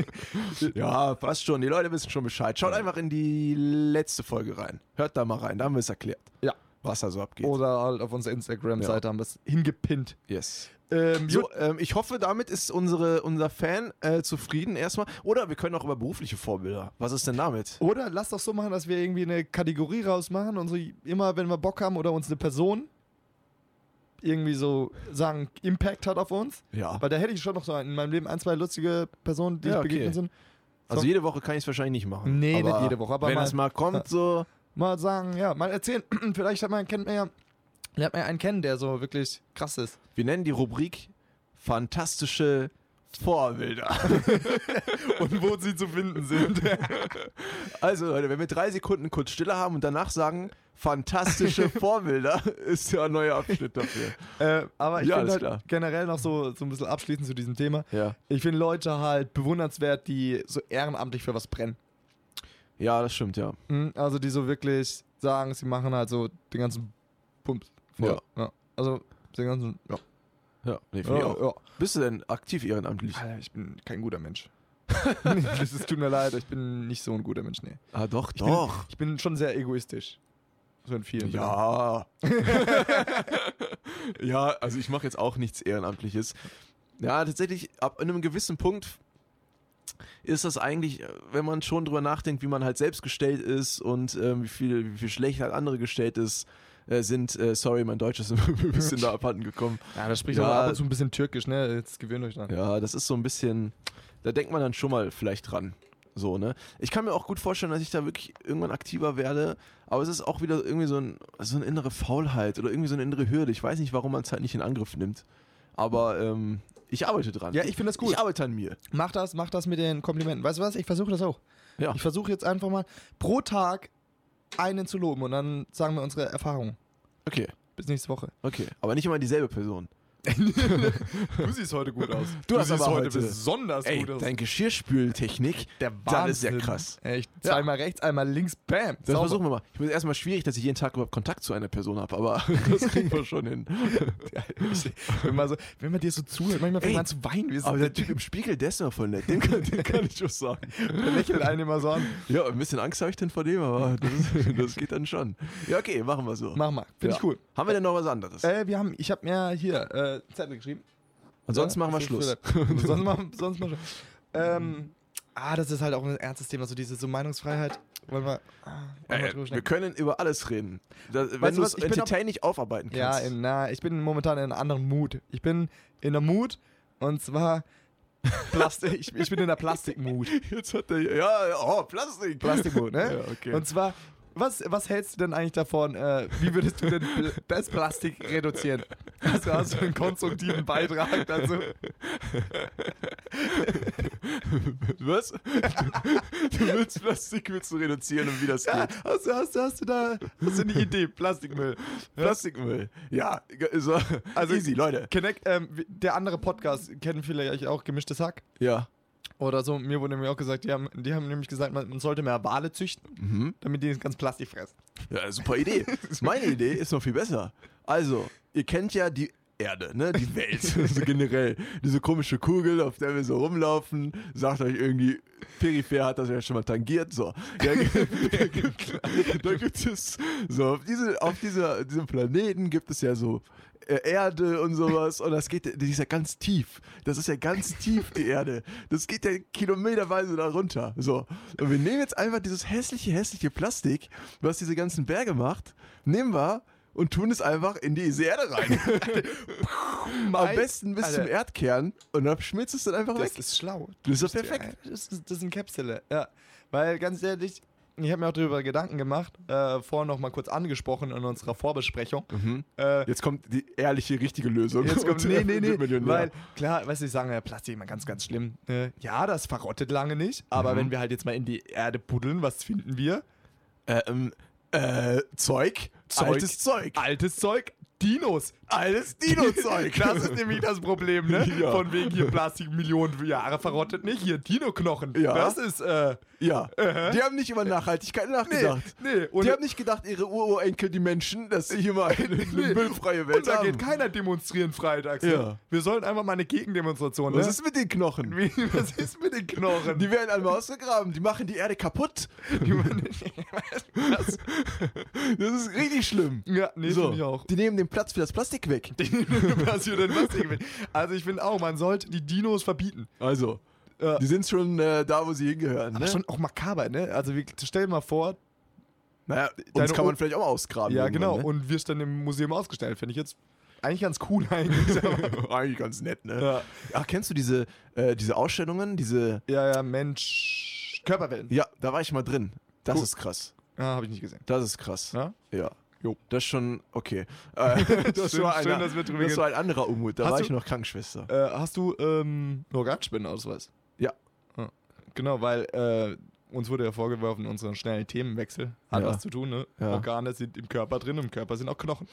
[SPEAKER 2] ja, passt schon. Die Leute wissen schon Bescheid. Schaut einfach in die letzte Folge rein. Hört da mal rein, da haben wir es erklärt.
[SPEAKER 1] Ja.
[SPEAKER 2] Was da so abgeht.
[SPEAKER 1] oder halt auf unserer Instagram-Seite haben wir es hingepinnt.
[SPEAKER 2] yes.
[SPEAKER 1] Ähm,
[SPEAKER 2] So,
[SPEAKER 1] jo,
[SPEAKER 2] ähm, ich hoffe, damit ist unsere, unser Fan äh, zufrieden erstmal. Oder wir können auch über berufliche Vorbilder. Was ist denn damit?
[SPEAKER 1] Oder lasst doch so machen, dass wir irgendwie eine Kategorie rausmachen und so immer, wenn wir Bock haben oder uns eine Person irgendwie so sagen, Impact hat auf uns.
[SPEAKER 2] Ja.
[SPEAKER 1] Weil da hätte ich schon noch so in meinem Leben ein, zwei lustige Personen, die
[SPEAKER 2] Ja,
[SPEAKER 1] ich
[SPEAKER 2] okay.
[SPEAKER 1] begegnet sind.
[SPEAKER 2] Also jede Woche kann ich es wahrscheinlich nicht machen.
[SPEAKER 1] Nee,
[SPEAKER 2] aber
[SPEAKER 1] nicht jede Woche, aber
[SPEAKER 2] wenn
[SPEAKER 1] mal-
[SPEAKER 2] das mal kommt, so.
[SPEAKER 1] Mal sagen, ja, mal erzählen. Vielleicht hat man, kennt man ja, lernt man ja einen kennen, der so wirklich krass ist.
[SPEAKER 2] Wir nennen die Rubrik fantastische Vorbilder.
[SPEAKER 1] Und wo sie zu finden sind.
[SPEAKER 2] Also Leute, wenn wir drei Sekunden kurz Stille haben und danach sagen, fantastische Vorbilder, ist ja ein neuer Abschnitt dafür.
[SPEAKER 1] äh, aber ich
[SPEAKER 2] Ja, alles
[SPEAKER 1] finde halt
[SPEAKER 2] klar.
[SPEAKER 1] generell noch so, so ein bisschen abschließend zu diesem Thema.
[SPEAKER 2] Ja.
[SPEAKER 1] Ich finde Leute halt bewundernswert, die so ehrenamtlich für was brennen.
[SPEAKER 2] Ja, das stimmt, ja.
[SPEAKER 1] Mhm, Also die so wirklich sagen, sie machen halt so den ganzen Pumps voll. Ja. Also den ganzen. Ja.
[SPEAKER 2] Ja, nee,
[SPEAKER 1] Ja,
[SPEAKER 2] finde ich auch.
[SPEAKER 1] ja.
[SPEAKER 2] Bist du denn aktiv ehrenamtlich?
[SPEAKER 1] Alter, ich bin kein guter Mensch. das ist, tut mir leid, ich bin nicht so ein guter Mensch, nee.
[SPEAKER 2] Ah, doch,
[SPEAKER 1] Ich Bin, ich bin schon sehr egoistisch. So in vielen. Belangen.
[SPEAKER 2] Ja. ja, also ich mache jetzt auch nichts Ehrenamtliches. Ja, tatsächlich, ab einem gewissen Punkt ist das eigentlich, äh, wenn man schon drüber nachdenkt, wie man halt selbst gestellt ist und ähm, wie, viel, wie viel schlecht halt andere gestellt ist, äh, sind, äh, sorry, mein Deutsch ist ein bisschen da abhanden gekommen.
[SPEAKER 1] Ja, das spricht
[SPEAKER 2] Ja.
[SPEAKER 1] aber ab und zu ein bisschen türkisch, ne? Jetzt gewöhnt euch dran.
[SPEAKER 2] Ja, das ist so ein bisschen, da denkt man dann schon mal vielleicht dran. So, ne? Ich kann mir auch gut vorstellen, dass ich da wirklich irgendwann aktiver werde, aber es ist auch wieder irgendwie so, ein, so eine innere Faulheit oder irgendwie so eine innere Hürde. Ich weiß nicht, warum man es halt nicht in Angriff nimmt. Aber ähm, ich arbeite dran.
[SPEAKER 1] Ja, ich finde das gut.
[SPEAKER 2] Ich arbeite an mir.
[SPEAKER 1] Mach das, mach das mit den Komplimenten. Weißt du was? Ich versuche das auch.
[SPEAKER 2] Ja.
[SPEAKER 1] Ich versuche jetzt einfach mal pro Tag einen zu loben und dann sagen wir unsere Erfahrungen.
[SPEAKER 2] Okay,
[SPEAKER 1] Bis nächste Woche.
[SPEAKER 2] okay. Aber nicht immer dieselbe Person.
[SPEAKER 1] Du siehst heute gut aus.
[SPEAKER 2] Du hast aber heute-
[SPEAKER 1] besonders
[SPEAKER 2] Ey, dein Geschirrspültechnik,
[SPEAKER 1] Der
[SPEAKER 2] das ist ja
[SPEAKER 1] Wahnsinn.
[SPEAKER 2] krass.
[SPEAKER 1] Echt. Zweimal rechts, einmal links, bam.
[SPEAKER 2] Das
[SPEAKER 1] Sauber.
[SPEAKER 2] versuchen wir mal. Ich finde es erstmal schwierig, dass ich jeden Tag überhaupt Kontakt zu einer Person habe, aber das kriegen wir schon hin.
[SPEAKER 1] wenn, man so, wenn man dir so zuhört, manchmal fängt
[SPEAKER 2] Ey,
[SPEAKER 1] man an zu weinen. Wir
[SPEAKER 2] Aber
[SPEAKER 1] sind
[SPEAKER 2] der Typ im Spiegel, der ist immer voll nett. Dem kann, dem kann ich was sagen.
[SPEAKER 1] lächelt einen immer so an.
[SPEAKER 2] Ja, ein bisschen Angst habe ich denn vor dem, aber das, ist, das geht dann schon. Ja, okay, machen wir so.
[SPEAKER 1] Mach mal. Finde ich
[SPEAKER 2] Ja.
[SPEAKER 1] cool.
[SPEAKER 2] Haben wir denn noch was anderes?
[SPEAKER 1] Äh, wir haben, ich habe mir hier äh, Zettel geschrieben.
[SPEAKER 2] Ansonsten machen wir
[SPEAKER 1] Ja,
[SPEAKER 2] Schluss.
[SPEAKER 1] sonst machen sonst machen wir Schluss. Ähm, ah, das ist halt auch ein ernstes Thema, so diese so Meinungsfreiheit. Wollen wir, ah, wollen wir
[SPEAKER 2] Äh,
[SPEAKER 1] drüber
[SPEAKER 2] wir
[SPEAKER 1] schnacken?
[SPEAKER 2] können über alles reden. Das, wenn
[SPEAKER 1] Weißt du
[SPEAKER 2] du
[SPEAKER 1] was,
[SPEAKER 2] es
[SPEAKER 1] ich bin
[SPEAKER 2] Entertain nicht aufarbeiten
[SPEAKER 1] ja,
[SPEAKER 2] kannst.
[SPEAKER 1] in, na, ich bin momentan in einem anderen Mut. Ich bin in der Mut und zwar Plastik, ich, ich bin in der Plastikmut.
[SPEAKER 2] Jetzt hat der. Ja, oh, Plastik.
[SPEAKER 1] Plastikmut, ne?
[SPEAKER 2] Ja, okay.
[SPEAKER 1] Und zwar, was, was hältst du denn eigentlich davon? Äh, wie würdest du denn pl- das Plastik reduzieren? Hast du, hast du einen konstruktiven Beitrag dazu?
[SPEAKER 2] was? Du, du willst Plastik willst du reduzieren und wie das
[SPEAKER 1] Ja,
[SPEAKER 2] geht.
[SPEAKER 1] hast, du, hast, du, hast du da hast du eine Idee? Plastikmüll.
[SPEAKER 2] Plastikmüll. Ja, so, also easy, Leute.
[SPEAKER 1] Connect, ähm, wie- der andere Podcast kennen vielleicht auch gemischtes Hack
[SPEAKER 2] Ja.
[SPEAKER 1] oder so. Mir wurde nämlich auch gesagt, die haben, die haben nämlich gesagt, man man sollte mehr Wale züchten,
[SPEAKER 2] Mhm.
[SPEAKER 1] damit die nicht ganz Plastik fressen.
[SPEAKER 2] Ja, super Idee. Meine Idee ist noch viel besser. Also, ihr kennt ja die Erde, ne? Die Welt, so generell. Diese komische Kugel, auf der wir so rumlaufen, sagt euch irgendwie, peripher hat das ja schon mal tangiert, so. Ja, da gibt es, so, auf, diese, auf dieser, diesem Planeten gibt es ja so äh, Erde und sowas und das geht, das ist ja ganz tief. Das ist ja ganz tief, die Erde. Das geht ja kilometerweise da runter, so. Und wir nehmen jetzt einfach dieses hässliche, hässliche Plastik, was diese ganzen Berge macht, nehmen wir und tun es einfach in diese Erde rein. Am
[SPEAKER 1] Mein-
[SPEAKER 2] besten bis
[SPEAKER 1] Alter.
[SPEAKER 2] zum Erdkern und dann schmilzt es dann einfach
[SPEAKER 1] Das
[SPEAKER 2] weg.
[SPEAKER 1] ist schlau.
[SPEAKER 2] Das ist doch
[SPEAKER 1] gibst dir
[SPEAKER 2] perfekt.
[SPEAKER 1] ein- Das ist, das ist ein Kapsele, ja. Weil ganz ehrlich, ich habe mir auch darüber Gedanken gemacht, äh, vorhin noch mal kurz angesprochen in unserer Vorbesprechung.
[SPEAKER 2] Mhm.
[SPEAKER 1] Äh,
[SPEAKER 2] Jetzt kommt die ehrliche, richtige Lösung.
[SPEAKER 1] Jetzt kommt,
[SPEAKER 2] Und
[SPEAKER 1] nee, nee, nee,
[SPEAKER 2] wird Millionär.
[SPEAKER 1] weil klar, weißt du, ich sage ja, Plastik immer ganz, ganz schlimm. ne? Ja, das verrottet lange nicht, aber
[SPEAKER 2] Mhm.
[SPEAKER 1] wenn wir halt jetzt mal in die Erde buddeln, was finden wir?
[SPEAKER 2] Äh, ähm, äh, Zeug,
[SPEAKER 1] Zeug. Ah.
[SPEAKER 2] altes Zeug,
[SPEAKER 1] Altes Zeug, Dinos.
[SPEAKER 2] altes Dino-Zeug.
[SPEAKER 1] Das ist nämlich das Problem, ne?
[SPEAKER 2] Ja.
[SPEAKER 1] Von wegen hier Plastik Millionen Jahre verrottet nicht, hier Dino-Knochen.
[SPEAKER 2] Ja.
[SPEAKER 1] Das ist, äh,
[SPEAKER 2] ja. Die haben nicht über Nachhaltigkeit nachgedacht.
[SPEAKER 1] nee. Und,
[SPEAKER 2] Die haben nicht gedacht, ihre Urenkel, die Menschen, dass sie hier mal eine, eine
[SPEAKER 1] Nee.
[SPEAKER 2] müllfreie Welt
[SPEAKER 1] und da
[SPEAKER 2] haben.
[SPEAKER 1] geht keiner demonstrieren freitags. ne?
[SPEAKER 2] Ja.
[SPEAKER 1] Wir sollen einfach mal eine Gegendemonstration, ne?
[SPEAKER 2] Was ist mit den Knochen?
[SPEAKER 1] Wie- Was ist mit den Knochen?
[SPEAKER 2] Die werden einmal ausgegraben, die machen die Erde kaputt.
[SPEAKER 1] Was?
[SPEAKER 2] Das ist richtig schlimm.
[SPEAKER 1] Ja, nee, finde ich auch.
[SPEAKER 2] Die nehmen den Platz für das Plastik weg.
[SPEAKER 1] was hier denn was gewinnt. Also ich finde auch, man sollte die Dinos verbieten.
[SPEAKER 2] Also,
[SPEAKER 1] Ja.
[SPEAKER 2] die sind schon äh, da, wo sie hingehören.
[SPEAKER 1] Aber
[SPEAKER 2] Ne?
[SPEAKER 1] schon auch makaber, ne? Also wir, stell dir mal vor,
[SPEAKER 2] naja,
[SPEAKER 1] Deine
[SPEAKER 2] uns kann man
[SPEAKER 1] O-
[SPEAKER 2] vielleicht auch mal ausgraben.
[SPEAKER 1] ja
[SPEAKER 2] irgendwann,
[SPEAKER 1] genau, und wirst dann im Museum ausgestellt, finde ich jetzt eigentlich ganz cool eigentlich.
[SPEAKER 2] Ne? Eigentlich ganz nett, ne?
[SPEAKER 1] genau. ja.
[SPEAKER 2] Ach, kennst du diese, äh, diese Ausstellungen? Diese.
[SPEAKER 1] ja, ja, Mensch, Körperwellen.
[SPEAKER 2] Ja, da war ich mal drin. Das
[SPEAKER 1] Cool.
[SPEAKER 2] ist krass.
[SPEAKER 1] Ja, habe ich nicht gesehen.
[SPEAKER 2] Das ist krass.
[SPEAKER 1] Ja?
[SPEAKER 2] Ja.
[SPEAKER 1] Jo.
[SPEAKER 2] Das ist schon, okay. Äh, das,
[SPEAKER 1] Schön-
[SPEAKER 2] war
[SPEAKER 1] schön,
[SPEAKER 2] einer,
[SPEAKER 1] dass wir drüber
[SPEAKER 2] das war ein anderer Unmut. Da
[SPEAKER 1] Hast
[SPEAKER 2] war
[SPEAKER 1] du-
[SPEAKER 2] ich noch Krankenschwester.
[SPEAKER 1] Äh, hast du ähm, einen Organspendenausweis?
[SPEAKER 2] Ja.
[SPEAKER 1] Ja. Genau, weil äh, uns wurde ja vorgeworfen, unseren schnellen Themenwechsel hat
[SPEAKER 2] Ja.
[SPEAKER 1] was zu tun, ne?
[SPEAKER 2] Ja.
[SPEAKER 1] Organe sind im Körper drin, im Körper sind auch Knochen.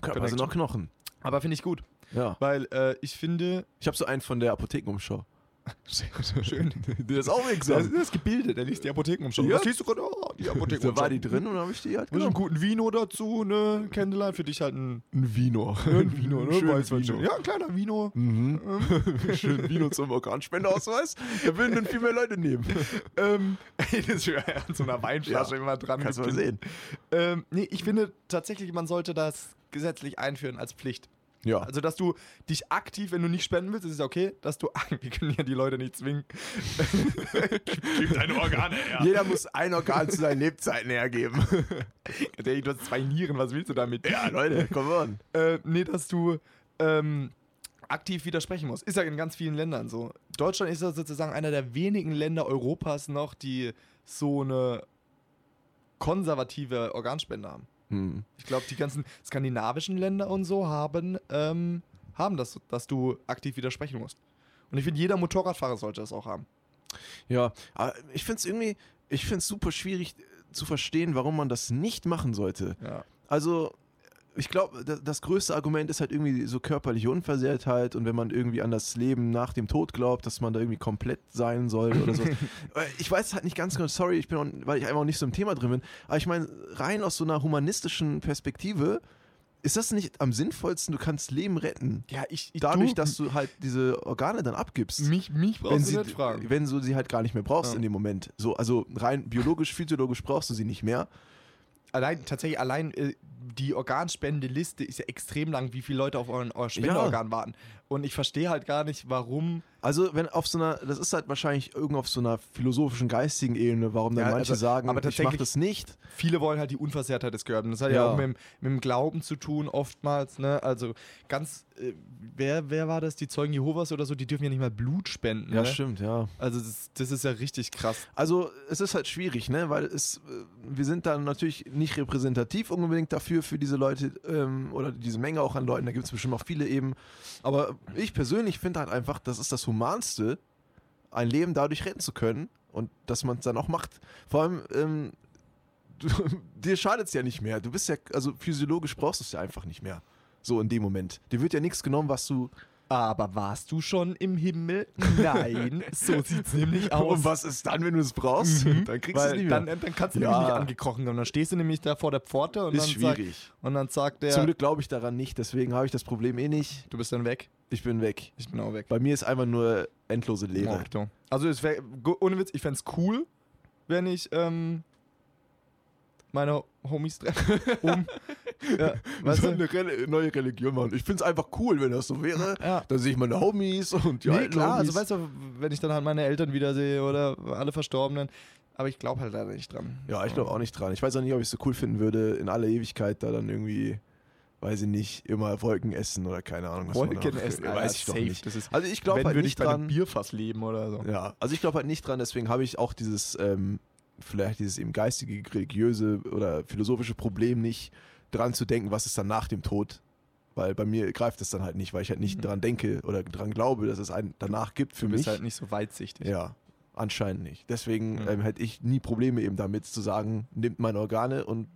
[SPEAKER 2] Körper sind
[SPEAKER 1] Connection.
[SPEAKER 2] Also noch Knochen.
[SPEAKER 1] Aber finde ich gut,
[SPEAKER 2] Ja.
[SPEAKER 1] weil äh, ich finde,
[SPEAKER 2] Ich habe so einen von der Apothekenumschau.
[SPEAKER 1] Schön.
[SPEAKER 2] Der ist auch
[SPEAKER 1] Das
[SPEAKER 2] examen.
[SPEAKER 1] ist das Gebilde, der liest die Apotheken um schon.
[SPEAKER 2] Ja.
[SPEAKER 1] Was liest du gerade? Oh, die Apotheken
[SPEAKER 2] Da war die drin und habe ich die halt
[SPEAKER 1] Willst du einen
[SPEAKER 2] genommen.
[SPEAKER 1] guten Vino dazu, ne? Candlelight, für dich halt ein,
[SPEAKER 2] Ein Vino.
[SPEAKER 1] ein Vino, ne?
[SPEAKER 2] Schön
[SPEAKER 1] Weißwein,
[SPEAKER 2] Vino.
[SPEAKER 1] schön. Ja, ein kleiner Vino.
[SPEAKER 2] Mhm. Schön Vino zum Organspendeausweis. Da würden dann viel mehr Leute nehmen.
[SPEAKER 1] ähm, ey, das ist ja an so einer Weinflasche
[SPEAKER 2] Ja.
[SPEAKER 1] immer dran.
[SPEAKER 2] Kannst du mal
[SPEAKER 1] geklebt.
[SPEAKER 2] sehen.
[SPEAKER 1] Ähm, nee, ich finde tatsächlich, man sollte das gesetzlich einführen als Pflicht.
[SPEAKER 2] Ja.
[SPEAKER 1] Also, dass du dich aktiv, wenn du nicht spenden willst, ist es ja okay, dass du, wir können ja die Leute nicht zwingen. Gib deine Organe her.
[SPEAKER 2] Jeder muss ein Organ zu seinen Lebzeiten hergeben.
[SPEAKER 1] Ey, Du hast zwei Nieren, was willst du damit?
[SPEAKER 2] Ja, Leute, come on.
[SPEAKER 1] äh, nee, dass du ähm, aktiv widersprechen musst. Ist ja in ganz vielen Ländern so. Deutschland ist ja sozusagen einer der wenigen Länder Europas noch, die so eine konservative Organspende haben.
[SPEAKER 2] Hm.
[SPEAKER 1] Ich glaube, die ganzen skandinavischen Länder und so haben, ähm, haben das, dass du aktiv widersprechen musst. Und ich finde, jeder Motorradfahrer sollte das auch haben.
[SPEAKER 2] Ja, aber ich finde es irgendwie, ich finde es super schwierig äh, zu verstehen, warum man das nicht machen sollte.
[SPEAKER 1] Ja.
[SPEAKER 2] Also, ich glaube, da- das größte Argument ist halt irgendwie so körperliche Unversehrtheit und wenn man irgendwie an das Leben nach dem Tod glaubt, dass man da irgendwie komplett sein soll oder so. ich weiß halt nicht ganz genau, sorry, ich bin auch, weil ich einfach auch nicht so im Thema drin bin, aber ich meine, rein aus so einer humanistischen Perspektive ist das nicht am sinnvollsten, du kannst Leben retten.
[SPEAKER 1] Ja, ich, ich
[SPEAKER 2] Dadurch,
[SPEAKER 1] du,
[SPEAKER 2] dass du halt diese Organe dann abgibst
[SPEAKER 1] mich, mich brauchst
[SPEAKER 2] wenn,
[SPEAKER 1] du
[SPEAKER 2] sie,
[SPEAKER 1] nicht fragen.
[SPEAKER 2] wenn du sie halt gar nicht mehr brauchst
[SPEAKER 1] Ja.
[SPEAKER 2] in dem Moment. So, also rein biologisch, physiologisch brauchst du sie nicht mehr.
[SPEAKER 1] Allein, tatsächlich, allein äh, die Organspendeliste ist ja extrem lang, wie viele Leute auf euren, euer Spendeorgan warten. Und ich verstehe halt gar nicht, warum.
[SPEAKER 2] Also wenn auf so einer, das ist halt wahrscheinlich irgendwo auf so einer philosophischen, geistigen Ebene, warum dann
[SPEAKER 1] Ja,
[SPEAKER 2] manche
[SPEAKER 1] also,
[SPEAKER 2] sagen,
[SPEAKER 1] aber
[SPEAKER 2] ich mach
[SPEAKER 1] tatsächlich-
[SPEAKER 2] das nicht.
[SPEAKER 1] Viele wollen halt die Unversehrtheit des Körpers. Das hat ja,
[SPEAKER 2] Ja.
[SPEAKER 1] auch mit, dem- mit dem Glauben zu tun, oftmals. Ne? Also ganz, äh, wer, wer war das? Die Zeugen Jehovas oder so, die dürfen ja nicht mal Blut spenden. ne?
[SPEAKER 2] stimmt, ja.
[SPEAKER 1] Also das, das ist ja richtig krass.
[SPEAKER 2] Also es ist halt schwierig, ne, weil es, äh, wir sind dann natürlich nicht repräsentativ unbedingt dafür für diese Leute ähm, oder diese Menge auch an Leuten. Da gibt es bestimmt auch viele eben. Aber ich persönlich finde halt einfach, das ist das humanste, ein Leben dadurch retten zu können und dass man es dann auch macht. Vor allem ähm, du, dir schadet es ja nicht mehr. Du bist ja also physiologisch brauchst du es ja einfach nicht mehr. So in dem Moment. Dir wird ja nichts genommen, was du
[SPEAKER 1] Aber warst du schon im Himmel? Nein, so sieht's nämlich aus.
[SPEAKER 2] Und was ist dann, wenn du es brauchst?
[SPEAKER 1] Mhm.
[SPEAKER 2] Dann kriegst du es
[SPEAKER 1] Weil
[SPEAKER 2] nicht mehr.
[SPEAKER 1] dann, dann kannst du
[SPEAKER 2] Ja.
[SPEAKER 1] nämlich nicht angekrochen kommen. Dann stehst du nämlich da vor der Pforte und,
[SPEAKER 2] ist
[SPEAKER 1] dann, sagt,
[SPEAKER 2] schwierig.
[SPEAKER 1] und dann sagt der,
[SPEAKER 2] Zum Glück glaube ich daran nicht, deswegen habe ich das Problem eh nicht.
[SPEAKER 1] du bist dann weg.
[SPEAKER 2] Ich bin weg.
[SPEAKER 1] Ich bin auch weg.
[SPEAKER 2] Bei mir ist einfach nur endlose Leere.
[SPEAKER 1] Morto. Also es wär, gu- ohne Witz, ich fänd's cool, wenn ich ähm, meine Homies treffe. Um, ja, weißt
[SPEAKER 2] so
[SPEAKER 1] du?
[SPEAKER 2] eine Rel neue Religion machen. Ich finde es einfach cool, wenn das so wäre.
[SPEAKER 1] Ja.
[SPEAKER 2] Da sehe ich meine Homies und die
[SPEAKER 1] nee,
[SPEAKER 2] alten
[SPEAKER 1] klar,
[SPEAKER 2] Homies.
[SPEAKER 1] also weißt du, wenn ich dann halt meine Eltern wiedersehe oder alle Verstorbenen, aber ich glaube halt leider nicht dran.
[SPEAKER 2] ja, ich glaube auch nicht dran. Ich weiß auch nicht, ob ich es so cool finden würde, in aller Ewigkeit da dann irgendwie, weiß ich nicht, immer Wolken essen oder keine Ahnung. was man da noch-
[SPEAKER 1] Wolken essen,
[SPEAKER 2] Ja,
[SPEAKER 1] Alter,
[SPEAKER 2] weiß ich doch
[SPEAKER 1] safe.
[SPEAKER 2] nicht.
[SPEAKER 1] Das ist,
[SPEAKER 2] Also ich
[SPEAKER 1] wenn
[SPEAKER 2] glaube halt
[SPEAKER 1] würde
[SPEAKER 2] nicht
[SPEAKER 1] ich bei einem
[SPEAKER 2] dran.
[SPEAKER 1] Bierfass leben oder so.
[SPEAKER 2] Ja, also ich glaube halt nicht dran, deswegen habe ich auch dieses, ähm, vielleicht dieses eben geistige, religiöse oder philosophische Problem nicht, dran zu denken, was ist dann nach dem Tod. Weil bei mir greift es dann halt nicht, weil ich halt nicht dran denke oder dran glaube, dass es einen danach gibt für
[SPEAKER 1] Mhm. Du
[SPEAKER 2] mich.
[SPEAKER 1] bist halt nicht so weitsichtig.
[SPEAKER 2] ja, anscheinend nicht. Deswegen
[SPEAKER 1] Mhm.
[SPEAKER 2] ähm, hätte ich nie Probleme eben damit zu sagen, nimmt meine Organe und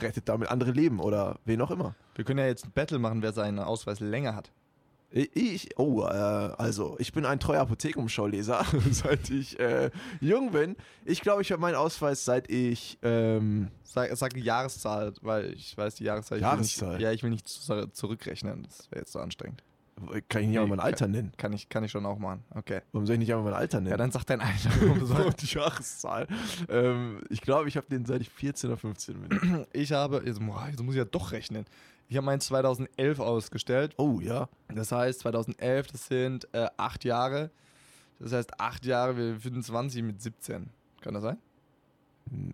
[SPEAKER 2] rettet damit andere Leben oder wen auch immer.
[SPEAKER 1] Wir können ja jetzt ein Battle machen, wer seinen Ausweis länger hat.
[SPEAKER 2] Ich, oh, äh, also, ich bin ein treuer Apothekumschauleser, seit ich äh, jung bin. Ich glaube, ich habe meinen Ausweis, seit ich, ähm,
[SPEAKER 1] Sag, sag die Jahreszahl, weil ich weiß die Jahreszahl. Ich Will
[SPEAKER 2] Jahreszahl?
[SPEAKER 1] nicht, ja, ich will nicht zu- zurückrechnen. Das wäre jetzt so anstrengend.
[SPEAKER 2] kann ich nicht einmal mein
[SPEAKER 1] Nee,
[SPEAKER 2] Alter nennen?
[SPEAKER 1] Kann ich, kann ich schon auch machen. Okay.
[SPEAKER 2] Warum soll ich nicht einmal mein Alter
[SPEAKER 1] Ja,
[SPEAKER 2] nennen?
[SPEAKER 1] dann sag dein Alter.
[SPEAKER 2] Und die Jahreszahl. Ähm, ich glaube, ich habe den, seit ich 14 oder 15 bin.
[SPEAKER 1] ich habe, jetzt, boah, jetzt muss ich ja doch rechnen. Ich habe meinen 2011 ausgestellt.
[SPEAKER 2] Oh, ja.
[SPEAKER 1] Das heißt, 2011, das sind äh, acht Jahre. Das heißt, acht Jahre, wir sind 20 mit 17. Kann das sein?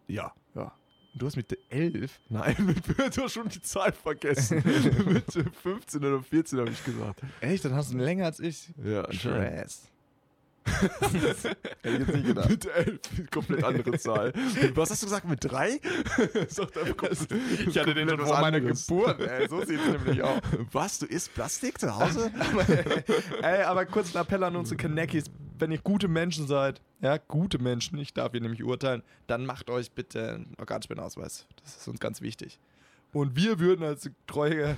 [SPEAKER 2] Ja.
[SPEAKER 1] Ja. Und du hast mit der 11?
[SPEAKER 2] Nein, mit mir hast schon die Zahl vergessen. mit 15 oder 14 habe ich gesagt.
[SPEAKER 1] Echt? Dann hast du länger als ich.
[SPEAKER 2] Ja, anscheinend.
[SPEAKER 1] Stress. Hätte ich jetzt nicht gedacht.
[SPEAKER 2] Mit 11, komplett andere Zahl. Was hast du gesagt, mit 3? Sagt einfach,
[SPEAKER 1] Also, Ich hatte den dann vor meiner Geburt. Ey, so sieht es nämlich aus.
[SPEAKER 2] Was, du isst Plastik zu Hause?
[SPEAKER 1] Ey, aber kurz ein Appell an unsere Kanäckis. Wenn ihr gute Menschen seid, ja, gute Menschen, ich darf hier nämlich urteilen, dann macht euch bitte einen Organspendenausweis. Das ist uns ganz wichtig. Und wir würden als treue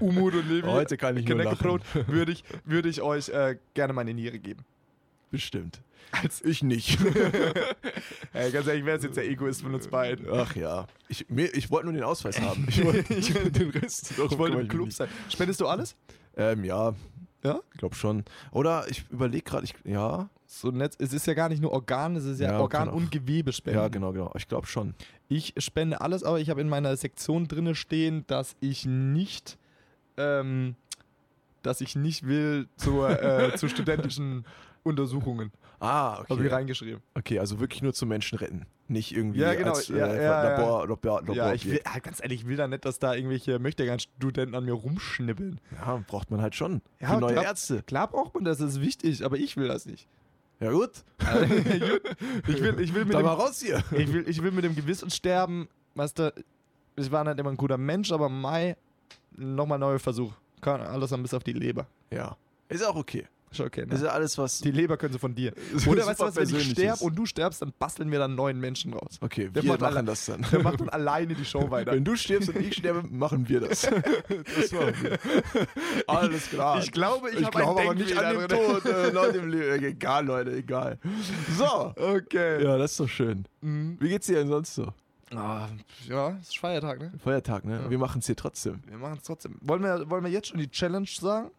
[SPEAKER 1] Umut und Levi,
[SPEAKER 2] Heute kann ich nur lachen.
[SPEAKER 1] Knäckebrot, würde ich, würde ich euch äh, gerne meine Niere geben.
[SPEAKER 2] Bestimmt.
[SPEAKER 1] Als,
[SPEAKER 2] Ich nicht.
[SPEAKER 1] ey, ganz ehrlich, wer ist jetzt der Egoist von uns beiden?
[SPEAKER 2] Ach ja. Ich, mir, ich wollte nur den Ausweis haben. Ich wollte ich wollte den Rest.
[SPEAKER 1] Ich wollte im Club sein. Spendest du alles?
[SPEAKER 2] Ähm, ja.
[SPEAKER 1] Ja?
[SPEAKER 2] Ich glaube schon. Oder ich überlege gerade, ich. Ja.
[SPEAKER 1] So ein Netz, es ist ja gar nicht nur Organ, es ist ja,
[SPEAKER 2] Ja,
[SPEAKER 1] Organ
[SPEAKER 2] genau.
[SPEAKER 1] und Gewebespenden.
[SPEAKER 2] Ja, genau, genau. Ich glaube schon.
[SPEAKER 1] Ich spende alles, aber ich habe in meiner Sektion drinne stehen, dass ich nicht, ähm, dass ich nicht will zur, äh, zu studentischen Untersuchungen.
[SPEAKER 2] Ah, okay.
[SPEAKER 1] Habe ich reingeschrieben.
[SPEAKER 2] Okay, also wirklich nur zum Menschen retten. Nicht irgendwie
[SPEAKER 1] Ja, genau.
[SPEAKER 2] als äh,
[SPEAKER 1] Ja, ja,
[SPEAKER 2] Labor, Labor, Labor.
[SPEAKER 1] ja, ich will, ah, ganz ehrlich, ich will da nicht, dass da irgendwelche Möchtegern-Studenten an mir rumschnippeln.
[SPEAKER 2] Ja, braucht man halt schon.
[SPEAKER 1] Ja,
[SPEAKER 2] Für neue
[SPEAKER 1] klar.
[SPEAKER 2] Ärzte.
[SPEAKER 1] Klar braucht man das, das ist wichtig, aber ich will das nicht.
[SPEAKER 2] Ja, gut.
[SPEAKER 1] Also, gut, ich, will, ich, will mit
[SPEAKER 2] Dann mal
[SPEAKER 1] dem,
[SPEAKER 2] raus hier.
[SPEAKER 1] ich, will, ich will mit dem Gewissen sterben, weißt du, ich war nicht immer ein guter Mensch, aber Mai, nochmal neuer Versuch. Kann alles dann bis auf die Leber.
[SPEAKER 2] Ja. Ist auch okay.
[SPEAKER 1] Ist okay, ne?
[SPEAKER 2] Ist ja alles, was.
[SPEAKER 1] Die Leber können sie von dir.
[SPEAKER 2] So
[SPEAKER 1] Oder weißt du
[SPEAKER 2] super
[SPEAKER 1] was, wenn ich
[SPEAKER 2] persönlich
[SPEAKER 1] sterbe
[SPEAKER 2] ist.
[SPEAKER 1] und du sterbst, dann basteln wir dann neuen Menschen raus.
[SPEAKER 2] Okay,
[SPEAKER 1] Der
[SPEAKER 2] wir
[SPEAKER 1] macht
[SPEAKER 2] machen
[SPEAKER 1] alle-
[SPEAKER 2] das dann.
[SPEAKER 1] Der macht dann alleine die Show weiter.
[SPEAKER 2] Wenn du stirbst und ich sterbe, machen wir das. das machen wir. Alles klar.
[SPEAKER 1] Ich glaube, ich, habe
[SPEAKER 2] glaube
[SPEAKER 1] ein
[SPEAKER 2] aber nicht an den
[SPEAKER 1] Denkfehler drin.
[SPEAKER 2] Tod. Äh, Leute im Leben. Egal, Leute, egal. So.
[SPEAKER 1] Okay.
[SPEAKER 2] Ja, das ist doch schön.
[SPEAKER 1] Mhm.
[SPEAKER 2] Wie geht's dir denn sonst so?
[SPEAKER 1] Ah, ja, es ist Feiertag, ne?
[SPEAKER 2] Feiertag, ne?
[SPEAKER 1] Ja.
[SPEAKER 2] Wir machen's hier trotzdem.
[SPEAKER 1] Wir machen es trotzdem. Wollen wir, wollen wir jetzt schon die Challenge sagen?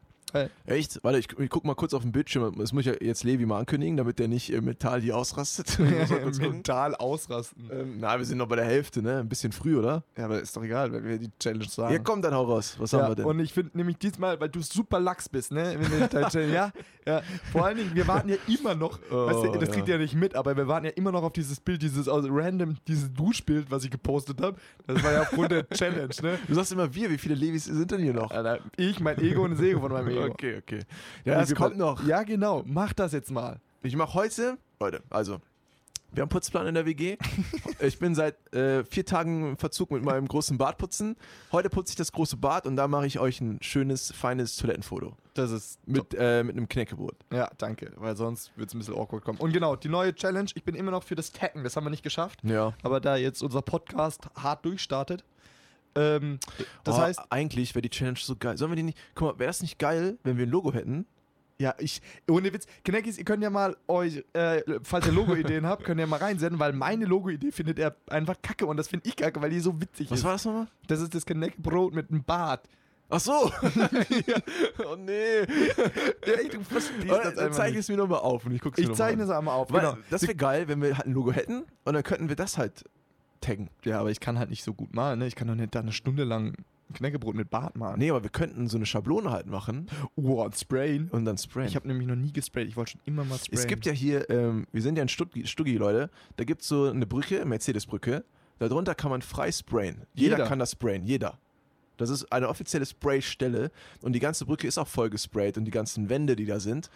[SPEAKER 2] Echt? Warte, ich, ich guck mal kurz auf den Bildschirm. Das muss ich ja jetzt Levi mal ankündigen, damit der nicht äh, mental hier ausrastet. Muss mal kurz gucken.
[SPEAKER 1] Mental ausrasten.
[SPEAKER 2] ähm, na, wir sind noch bei der Hälfte, ne? Ein bisschen früh, oder?
[SPEAKER 1] Ja, aber ist doch egal, wenn wir die Challenge sagen.
[SPEAKER 2] Ja, komm, dann hau raus. Was
[SPEAKER 1] Ja,
[SPEAKER 2] haben wir denn?
[SPEAKER 1] und ich finde nämlich diesmal, weil du super lax bist, ne? Wenn wir dein Channel, ja, ja. Vor allen Dingen, wir warten ja immer noch,
[SPEAKER 2] Oh,
[SPEAKER 1] weißt du, das
[SPEAKER 2] ja.
[SPEAKER 1] kriegt ihr ja nicht mit, aber wir warten ja immer noch auf dieses Bild, dieses aus random, dieses Duschbild, was ich gepostet habe. Das war ja aufgrund der Challenge, ne?
[SPEAKER 2] Du sagst immer wir, wie viele Levis sind denn hier noch?
[SPEAKER 1] Alter, ich, mein Ego und das Ego von meinem Ego.
[SPEAKER 2] Okay, okay. Ja, das kommt noch.
[SPEAKER 1] Ja, genau, mach das jetzt mal.
[SPEAKER 2] Ich mache heute, Leute, also, wir haben Putzplan in der WG. Ich bin seit äh, vier Tagen im Verzug mit meinem großen Bad putzen. Heute putze ich das große Bad und da mache ich euch ein schönes, feines Toilettenfoto.
[SPEAKER 1] Das ist
[SPEAKER 2] Mit, äh, mit einem Knäckebrot.
[SPEAKER 1] Ja, danke, weil sonst wird es ein bisschen awkward kommen. Und genau, die neue Challenge, ich bin immer noch für das Taggen, das haben wir nicht geschafft.
[SPEAKER 2] Ja.
[SPEAKER 1] Aber da jetzt unser Podcast hart durchstartet, Ähm, das
[SPEAKER 2] Oh,
[SPEAKER 1] heißt,
[SPEAKER 2] eigentlich wäre die Challenge so geil. Sollen wir die nicht. Guck mal, wäre das nicht geil, wenn wir ein Logo hätten?
[SPEAKER 1] ja, ich, ohne Witz, Kneckis, ihr könnt ja mal euch, äh, falls ihr Logo-Ideen habt, könnt ihr mal reinsenden, weil meine Logo-Idee findet er einfach kacke und das finde ich kacke, weil die so witzig
[SPEAKER 2] Was
[SPEAKER 1] ist.
[SPEAKER 2] war das nochmal?
[SPEAKER 1] Das ist das Knäckebrot mit einem Bart.
[SPEAKER 2] Ach so! ja. Oh nee!
[SPEAKER 1] Ja, ich, du verstehst
[SPEAKER 2] Oder,
[SPEAKER 1] das
[SPEAKER 2] dann
[SPEAKER 1] einfach
[SPEAKER 2] zeichne
[SPEAKER 1] nicht.
[SPEAKER 2] es mir nochmal auf und ich guck's mir
[SPEAKER 1] Ich
[SPEAKER 2] noch mal
[SPEAKER 1] zeichne
[SPEAKER 2] an.
[SPEAKER 1] Äh, es einmal auf.
[SPEAKER 2] Weil
[SPEAKER 1] Genau.
[SPEAKER 2] Das wäre geil, wenn wir halt ein Logo hätten und dann könnten wir das halt taggen.
[SPEAKER 1] Ja, aber ich kann halt nicht so gut malen. Ne? Ich kann doch nicht da eine Stunde lang Knäckebrot mit Bart malen.
[SPEAKER 2] Nee, aber wir könnten so eine Schablone halt machen
[SPEAKER 1] Oh, und sprayen.
[SPEAKER 2] und dann sprayen.
[SPEAKER 1] Ich habe nämlich noch nie gesprayt. Ich wollte schon immer mal sprayen.
[SPEAKER 2] es gibt ja hier, ähm, wir sind ja in Stuggi, Stuggi Leute, da gibt es so eine Brücke, Mercedes-Brücke, darunter kann man frei sprayen. Jeder,
[SPEAKER 1] Jeder.
[SPEAKER 2] kann das sprayen, jeder. Das ist eine offizielle Spraystelle und die ganze Brücke ist auch voll gesprayt und die ganzen Wände, die da sind.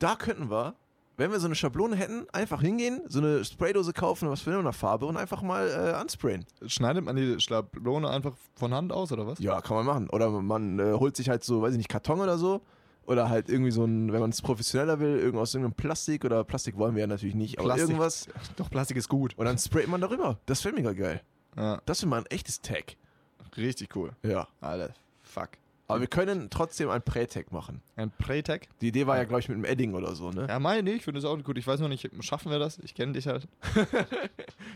[SPEAKER 2] Da könnten wir, wenn wir so eine Schablone hätten, einfach hingehen, so eine Spraydose kaufen, was für eine Farbe und einfach mal äh, ansprayen.
[SPEAKER 1] Schneidet man die Schablone einfach von Hand aus, oder was?
[SPEAKER 2] Ja, kann man machen. Oder man äh, holt sich halt so, weiß ich nicht, Karton oder so. Oder halt irgendwie so ein, wenn man es professioneller will, irgend aus irgendeinem Plastik oder Plastik wollen wir ja natürlich nicht, aber
[SPEAKER 1] Plastik.
[SPEAKER 2] irgendwas.
[SPEAKER 1] Doch, Plastik ist gut.
[SPEAKER 2] Und dann sprayt man darüber. Das wäre mega geil.
[SPEAKER 1] Ja,
[SPEAKER 2] Das wäre mal ein echtes Tag.
[SPEAKER 1] richtig cool.
[SPEAKER 2] Ja.
[SPEAKER 1] Alter, fuck.
[SPEAKER 2] Aber wir können trotzdem ein Prä-Tag machen.
[SPEAKER 1] Ein Prey-Tag?
[SPEAKER 2] Die Idee war ja, glaube ich, mit einem Edding oder so, ne?
[SPEAKER 1] Ja, meine, ich finde das auch gut. Ich weiß noch nicht, schaffen wir das? Ich kenne dich halt.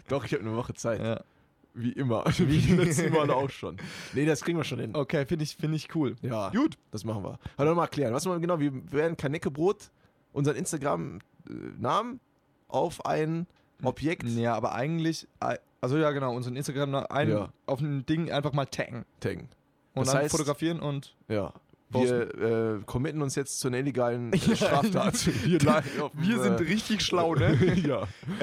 [SPEAKER 2] Doch, ich habe eine Woche Zeit.
[SPEAKER 1] Ja.
[SPEAKER 2] Wie immer. Wie die letzten Male auch schon. Nee, das kriegen wir schon hin.
[SPEAKER 1] Okay, finde ich, find ich cool.
[SPEAKER 2] Ja,
[SPEAKER 1] Gut.
[SPEAKER 2] das machen wir. Halt nochmal erklären. Was wir genau, wir werden Kaneckebrot, unseren Instagram-Namen auf ein Objekt
[SPEAKER 1] Ja, aber eigentlich, äh, also ja, genau, unseren Instagram ein,
[SPEAKER 2] Ja.
[SPEAKER 1] auf ein Ding einfach mal taggen.
[SPEAKER 2] taggen.
[SPEAKER 1] Und
[SPEAKER 2] Das
[SPEAKER 1] dann
[SPEAKER 2] heißt-
[SPEAKER 1] fotografieren und.
[SPEAKER 2] Ja.
[SPEAKER 1] Posten.
[SPEAKER 2] Wir äh, committen uns jetzt zu einer illegalen äh,
[SPEAKER 1] Ja.
[SPEAKER 2] Straftat. Wir, lagen auf dem, äh,
[SPEAKER 1] richtig
[SPEAKER 2] ja.
[SPEAKER 1] Äh, das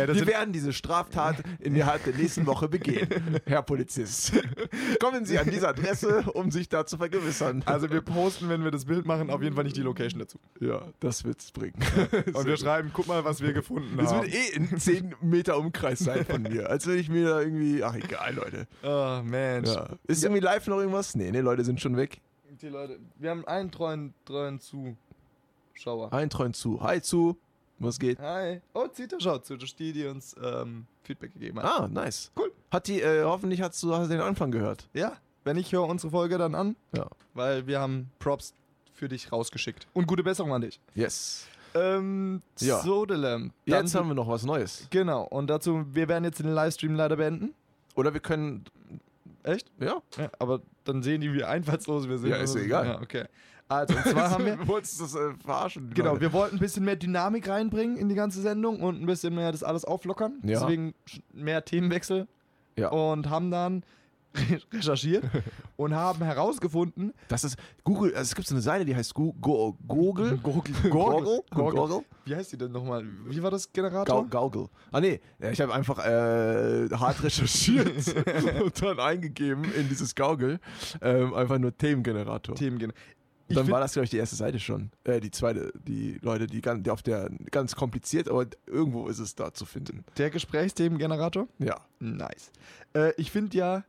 [SPEAKER 2] Wir
[SPEAKER 1] sind,
[SPEAKER 2] werden diese Straftat innerhalb der nächsten Woche begehen, Herr Polizist. Kommen Sie an diese Adresse, um sich da zu vergewissern.
[SPEAKER 1] also wir posten, wenn wir das Bild machen, auf jeden Fall nicht die Location dazu.
[SPEAKER 2] ja, das wird's bringen.
[SPEAKER 1] Und wir schreiben, guck mal, was wir gefunden
[SPEAKER 2] Das
[SPEAKER 1] haben.
[SPEAKER 2] wird eh in 10 Meter Umkreis sein von mir. Als wenn ich mir da irgendwie. Ach, egal, Leute.
[SPEAKER 1] oh, Mensch.
[SPEAKER 2] Ja. Ist irgendwie live noch irgendwas? Nee, nee, Leute sind schon weg.
[SPEAKER 1] Die Leute, wir haben einen treuen, treuen Zuschauer.
[SPEAKER 2] Ein treuen zu. Hi zu. Was geht?
[SPEAKER 1] Hi. Oh, Zita schaut zu, das ist die, die uns ähm, Feedback gegeben hat.
[SPEAKER 2] Ah, nice.
[SPEAKER 1] Cool.
[SPEAKER 2] Hat die, äh, hoffentlich hast du, hast du den Anfang gehört.
[SPEAKER 1] Ja, wenn ich höre unsere Folge dann an,
[SPEAKER 2] Ja.
[SPEAKER 1] weil wir haben Props für dich rausgeschickt. Und gute Besserung an dich.
[SPEAKER 2] Yes.
[SPEAKER 1] Ähm,
[SPEAKER 2] Ja.
[SPEAKER 1] Sodelem. Dann-
[SPEAKER 2] Jetzt haben wir noch was Neues.
[SPEAKER 1] Genau, und dazu, wir werden jetzt den Livestream leider beenden.
[SPEAKER 2] Oder wir können.
[SPEAKER 1] Echt?
[SPEAKER 2] Ja.
[SPEAKER 1] Ja, aber dann sehen die, wie einfallslos wir sind.
[SPEAKER 2] Ja, ist
[SPEAKER 1] Also,
[SPEAKER 2] egal.
[SPEAKER 1] Ja, okay. Also, und zwar haben wir,
[SPEAKER 2] wolltest das äh, verarschen.
[SPEAKER 1] Genau, wir wollten ein bisschen mehr Dynamik reinbringen in die ganze Sendung und ein bisschen mehr das alles auflockern.
[SPEAKER 2] Ja.
[SPEAKER 1] Deswegen sch- mehr Themenwechsel.
[SPEAKER 2] Ja.
[SPEAKER 1] Und haben dann re- recherchiert und haben herausgefunden,
[SPEAKER 2] Das ist Google, also es gibt so eine Seite, die heißt Gu- Go- Gurgel. Gurgel. Gurgel.
[SPEAKER 1] Gurgel.
[SPEAKER 2] Gurgel.
[SPEAKER 1] wie heißt die denn nochmal? Wie war das Generator?
[SPEAKER 2] Gau- Gaugel. Ah nee, ja, ich habe einfach äh, hart recherchiert und dann eingegeben in dieses Gaugel ähm, einfach nur Themengenerator.
[SPEAKER 1] Themengen. Ich
[SPEAKER 2] Dann
[SPEAKER 1] find-
[SPEAKER 2] war das glaube ich die erste Seite schon, äh, die zweite, die Leute, die ganz, die auf der ganz kompliziert, aber irgendwo ist es da zu finden.
[SPEAKER 1] der Gesprächsthemengenerator?
[SPEAKER 2] Ja,
[SPEAKER 1] Nice. Äh, ich finde ja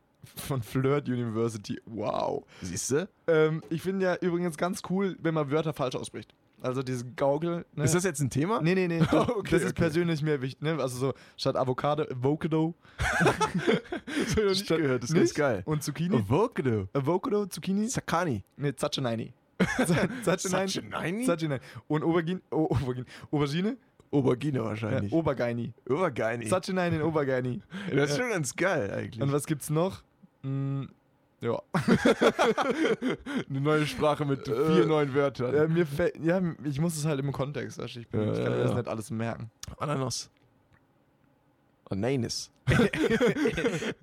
[SPEAKER 1] von Flirt University, wow.
[SPEAKER 2] siehst du?
[SPEAKER 1] Ähm, ich finde ja übrigens ganz cool, wenn man Wörter falsch ausspricht. Also dieses Gaugel. Ne?
[SPEAKER 2] Ist das jetzt ein Thema?
[SPEAKER 1] Nee, nee, nee. Das,
[SPEAKER 2] Okay,
[SPEAKER 1] das ist
[SPEAKER 2] okay.
[SPEAKER 1] persönlich mir wichtig. Ne? Also so statt Avocado, Avocado.
[SPEAKER 2] das habe ich noch nicht
[SPEAKER 1] Statt-
[SPEAKER 2] gehört. Das ist ganz
[SPEAKER 1] Nicht?
[SPEAKER 2] geil.
[SPEAKER 1] Und Zucchini.
[SPEAKER 2] Avocado.
[SPEAKER 1] Avocado, Zucchini?
[SPEAKER 2] Sakani.
[SPEAKER 1] Ne, Zacchinaini. Zacchinaini.
[SPEAKER 2] Sachinani?
[SPEAKER 1] Zacchinaini. Und Aubergine, oh, Aubergine. Aubergine?
[SPEAKER 2] Aubergine
[SPEAKER 1] Ja,
[SPEAKER 2] wahrscheinlich.
[SPEAKER 1] Äh, Obergeini.
[SPEAKER 2] Obergeini.
[SPEAKER 1] Zacchinaini und Obergeini.
[SPEAKER 2] Das
[SPEAKER 1] äh,
[SPEAKER 2] ist schon ganz geil eigentlich.
[SPEAKER 1] Und was gibt's noch? Hm, ja.
[SPEAKER 2] Eine neue Sprache mit
[SPEAKER 1] Äh,
[SPEAKER 2] vier neuen Wörtern.
[SPEAKER 1] Äh, mir fällt, ja, ich muss es halt im Kontext, weißt du, ich, bin,
[SPEAKER 2] Ja,
[SPEAKER 1] ich kann
[SPEAKER 2] ja,
[SPEAKER 1] mir das
[SPEAKER 2] ja.
[SPEAKER 1] nicht alles merken.
[SPEAKER 2] Ananas.
[SPEAKER 1] äh,
[SPEAKER 2] Ananas.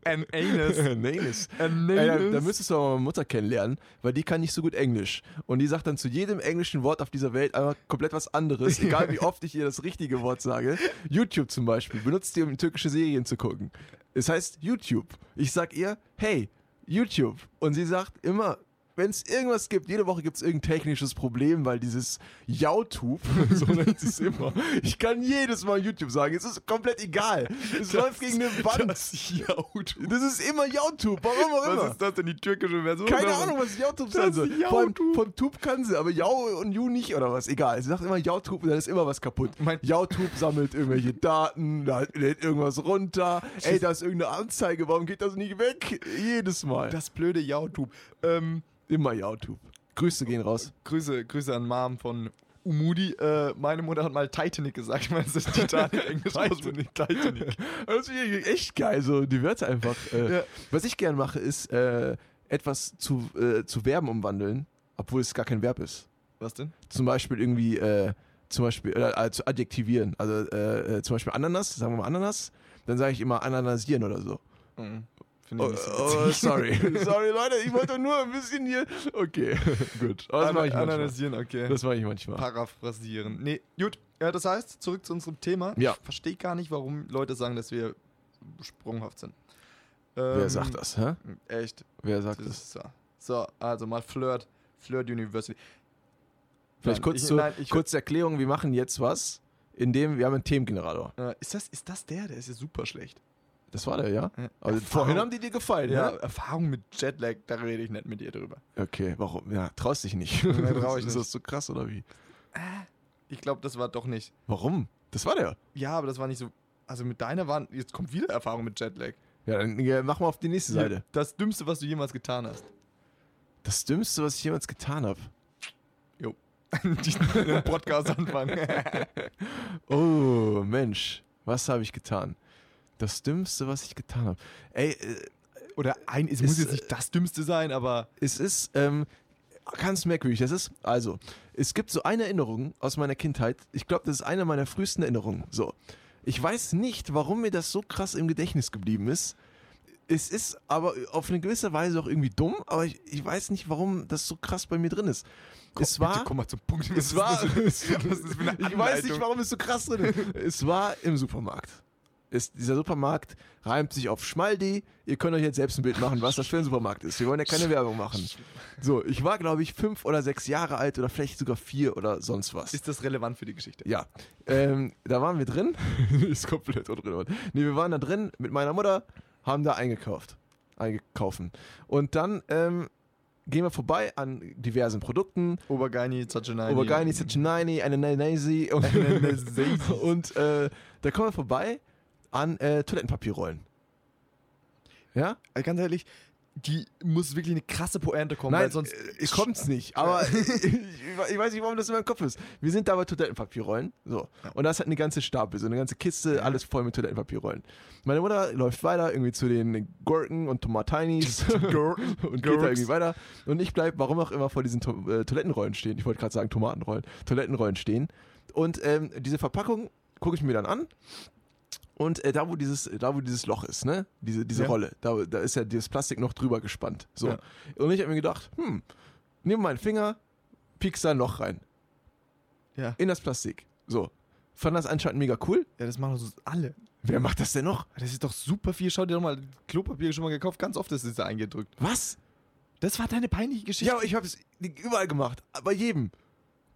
[SPEAKER 1] An Anus.
[SPEAKER 2] Ananas.
[SPEAKER 1] An
[SPEAKER 2] Ey, da,
[SPEAKER 1] Anus.
[SPEAKER 2] da müsstest du aber meine Mutter kennenlernen, weil die kann nicht so gut Englisch. Und die sagt dann zu jedem englischen Wort auf dieser Welt einmal komplett was anderes, egal wie oft ich ihr das richtige Wort sage. YouTube zum Beispiel benutzt die, um türkische Serien zu gucken. Es heißt YouTube. Ich sag ihr, hey, YouTube. Und sie sagt immer, wenn es irgendwas gibt, jede Woche gibt es irgendein technisches Problem, weil dieses YouTube, so nennt es immer, ich kann jedes Mal YouTube sagen, es ist komplett egal. Es läuft gegen eine Wand. Das,
[SPEAKER 1] YouTube.
[SPEAKER 2] ist immer YouTube, warum auch immer.
[SPEAKER 1] Was ist das denn, die türkische Version?
[SPEAKER 2] Keine
[SPEAKER 1] davon?
[SPEAKER 2] Ahnung, was YouTube
[SPEAKER 1] Das
[SPEAKER 2] sein
[SPEAKER 1] ist
[SPEAKER 2] soll.
[SPEAKER 1] Yautub.
[SPEAKER 2] Von, von Tub kann sie, aber Jau und You nicht oder was. Egal. Sie sagt immer Yautub und dann ist immer was kaputt.
[SPEAKER 1] Mein-
[SPEAKER 2] Yautub sammelt irgendwelche Daten, da lädt irgendwas runter. Ey, da ist irgendeine Anzeige, warum geht das nicht weg? Jedes Mal.
[SPEAKER 1] Das blöde YouTube. Ähm,
[SPEAKER 2] immer Yautub. Grüße gehen raus.
[SPEAKER 1] Grüße, Grüße an Mom von Umudi. Äh, meine Mutter hat mal Titanic gesagt. Ich meine, es ist Titanic Englisch. Titanic. Titanic.
[SPEAKER 2] Das finde ich echt geil, so die Wörter einfach. Äh,
[SPEAKER 1] Ja.
[SPEAKER 2] Was ich gerne mache, ist äh, etwas zu, äh, zu Verben umwandeln, obwohl es gar kein Verb ist.
[SPEAKER 1] Was denn?
[SPEAKER 2] zum Beispiel irgendwie, äh, zum Beispiel, äh, äh, zu adjektivieren. Also äh, äh, zum Beispiel Ananas, sagen wir mal Ananas, dann sage ich immer Ananasieren oder so.
[SPEAKER 1] Mhm. Finde
[SPEAKER 2] Oh,
[SPEAKER 1] ich nicht so
[SPEAKER 2] oh,
[SPEAKER 1] witzig.
[SPEAKER 2] sorry. sorry, Leute, ich wollte nur ein bisschen hier. Okay, gut. Aber das mache ich
[SPEAKER 1] Ana-
[SPEAKER 2] manchmal.
[SPEAKER 1] Analysieren, okay.
[SPEAKER 2] Das mache ich manchmal.
[SPEAKER 1] Paraphrasieren. Nee, gut. Ja, das heißt, zurück zu unserem Thema.
[SPEAKER 2] Ja.
[SPEAKER 1] Ich verstehe gar nicht, warum Leute sagen, dass wir sprunghaft sind.
[SPEAKER 2] Wer sagt das, hä?
[SPEAKER 1] das? Echt.
[SPEAKER 2] Wer sagt
[SPEAKER 1] Ähm, Das
[SPEAKER 2] das?
[SPEAKER 1] ist so. so, also mal Flirt. Flirt University.
[SPEAKER 2] Vielleicht kurz,
[SPEAKER 1] ich-
[SPEAKER 2] zur,
[SPEAKER 1] nein, ich-
[SPEAKER 2] kurz zur Erklärung, wir machen jetzt was, indem wir haben einen Themengenerator.
[SPEAKER 1] Äh, ist, das, ist das der? Der ist ja super schlecht.
[SPEAKER 2] Das war der, ja?
[SPEAKER 1] Ja.
[SPEAKER 2] Also
[SPEAKER 1] Erfahrung-
[SPEAKER 2] vorhin haben die ne? dir gefallen,
[SPEAKER 1] Ja,
[SPEAKER 2] ja?
[SPEAKER 1] Erfahrung mit Jetlag, da rede ich nicht mit dir drüber.
[SPEAKER 2] Okay, warum? Ja, traust dich nicht.
[SPEAKER 1] Nein, trau ich
[SPEAKER 2] ist
[SPEAKER 1] nicht.
[SPEAKER 2] das so krass oder wie?
[SPEAKER 1] Ich glaube, das war doch nicht.
[SPEAKER 2] Warum? Das war der.
[SPEAKER 1] Ja, aber das war nicht so. Also mit deiner waren. Jetzt kommt wieder Erfahrung mit Jetlag.
[SPEAKER 2] Ja, dann äh, machen wir auf die nächste Seite.
[SPEAKER 1] Das Dümmste, was du jemals getan hast.
[SPEAKER 2] Das Dümmste, was ich jemals getan habe.
[SPEAKER 1] Den Podcast anfangen.
[SPEAKER 2] Oh, Mensch, was habe ich getan? Das Dümmste, was ich getan habe. Ey, äh,
[SPEAKER 1] Oder ein, es muss jetzt nicht das Dümmste sein, aber
[SPEAKER 2] es ist ähm, ganz merkwürdig. Das ist, also, es gibt so eine Erinnerung aus meiner Kindheit. Ich glaube, das ist eine meiner frühesten Erinnerungen. So. Ich weiß nicht, warum mir das so krass im Gedächtnis geblieben ist. Es ist aber auf eine gewisse Weise auch irgendwie dumm, aber ich, ich weiß nicht, warum das so krass bei mir drin ist. es war.
[SPEAKER 1] bitte komm mal zum Punkt.
[SPEAKER 2] Es war. ich weiß nicht,
[SPEAKER 1] warum.
[SPEAKER 2] warum es so krass drin ist. Es war im Supermarkt. Es, dieser Supermarkt reimt sich auf Schmaldi. Ihr könnt euch jetzt selbst ein Bild machen, was das für ein Supermarkt ist. Wir wollen ja keine Werbung machen. So, ich war, glaube ich, fünf oder sechs Jahre alt oder vielleicht sogar vier oder sonst was.
[SPEAKER 1] Ist das relevant für die Geschichte?
[SPEAKER 2] Ja, ähm, da waren wir drin. ist komplett irrelevant. Nee, wir waren da drin mit meiner Mutter, haben da eingekauft. Eingekaufen. Und dann ähm, gehen wir vorbei an diversen Produkten.
[SPEAKER 1] Obergeini, Zachinani.
[SPEAKER 2] Obergeini, Sachinani, eine Nanasi und,
[SPEAKER 1] Ananasi.
[SPEAKER 2] und äh, da kommen wir vorbei an äh, Toilettenpapierrollen. Ja?
[SPEAKER 1] Also Ganz ehrlich, die muss wirklich eine krasse Pointe kommen, weil sonst.
[SPEAKER 2] äh, kommt's nicht, aber ich, ich weiß nicht, warum das in meinem Kopf ist. Wir sind da bei Toilettenpapierrollen, so. Und das hat eine ganze Stapel, so eine ganze Kiste, alles voll mit Toilettenpapierrollen. Meine Mutter läuft weiter irgendwie zu den Gurken und Tomatinis
[SPEAKER 1] Gurken,
[SPEAKER 2] und geht da
[SPEAKER 1] Gurks.
[SPEAKER 2] irgendwie weiter. Und ich bleib, warum auch immer, vor diesen to äh, Toilettenrollen stehen. Ich wollte gerade sagen Tomatenrollen, Toilettenrollen stehen. Und ähm, diese Verpackung gucke ich mir dann an. Und äh, da, wo dieses, da, wo dieses Loch ist, ne? Diese, diese
[SPEAKER 1] Ja.
[SPEAKER 2] Rolle, da, da ist ja dieses Plastik noch drüber gespannt. So.
[SPEAKER 1] Ja.
[SPEAKER 2] Und ich habe mir gedacht, hm, nehme meinen Finger, piekst da ein Loch rein.
[SPEAKER 1] Ja.
[SPEAKER 2] In das Plastik. So. Fand das anscheinend mega cool.
[SPEAKER 1] ja, das machen so alle.
[SPEAKER 2] Wer macht das denn noch?
[SPEAKER 1] Das ist doch super viel. Schau dir doch mal Klopapier schon mal gekauft. Ganz oft ist es da eingedrückt.
[SPEAKER 2] Was?
[SPEAKER 1] Das war deine peinliche Geschichte.
[SPEAKER 2] Ja, aber ich habe es überall gemacht. Bei jedem.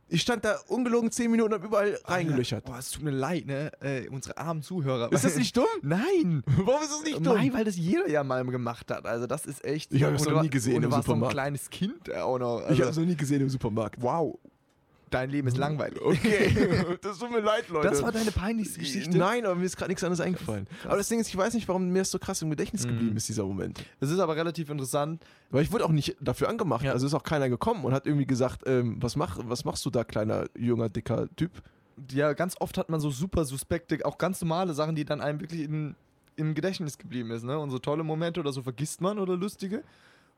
[SPEAKER 2] Ich stand da ungelogen 10 Minuten und habe überall reingelöchert.
[SPEAKER 1] Ah, Boah, es tut mir leid, ne? Äh, unsere armen Zuhörer.
[SPEAKER 2] Ist das nicht dumm?
[SPEAKER 1] Nein!
[SPEAKER 2] Warum ist das nicht dumm?
[SPEAKER 1] Nein, weil das jeder ja mal gemacht hat. Also das ist echt.
[SPEAKER 2] Ich hab das
[SPEAKER 1] Und
[SPEAKER 2] noch
[SPEAKER 1] du
[SPEAKER 2] nie
[SPEAKER 1] war-
[SPEAKER 2] gesehen
[SPEAKER 1] und du
[SPEAKER 2] im
[SPEAKER 1] warst noch ein
[SPEAKER 2] Supermarkt.
[SPEAKER 1] kleines Kind auch noch.
[SPEAKER 2] Ich
[SPEAKER 1] Also,
[SPEAKER 2] habe es noch nie gesehen im Supermarkt.
[SPEAKER 1] wow. Dein Leben ist langweilig.
[SPEAKER 2] Okay, das tut mir leid, Leute. äh,
[SPEAKER 1] Das war deine peinlichste Geschichte.
[SPEAKER 2] Nein, aber mir ist gerade nichts anderes eingefallen. Aber das Ding ist, ich weiß nicht, warum mir das so krass im Gedächtnis geblieben ist, dieser Moment.
[SPEAKER 1] Es ist aber relativ interessant.
[SPEAKER 2] Weil ich wurde auch nicht dafür angemacht. Also ist auch keiner gekommen und hat irgendwie gesagt, ähm, was, mach, was machst du da, kleiner, junger, dicker Typ?
[SPEAKER 1] Ja, ganz oft hat man so super suspekte, auch ganz normale Sachen, die dann einem wirklich in, im Gedächtnis geblieben ist. Ne? Und so tolle Momente oder so vergisst man oder lustige.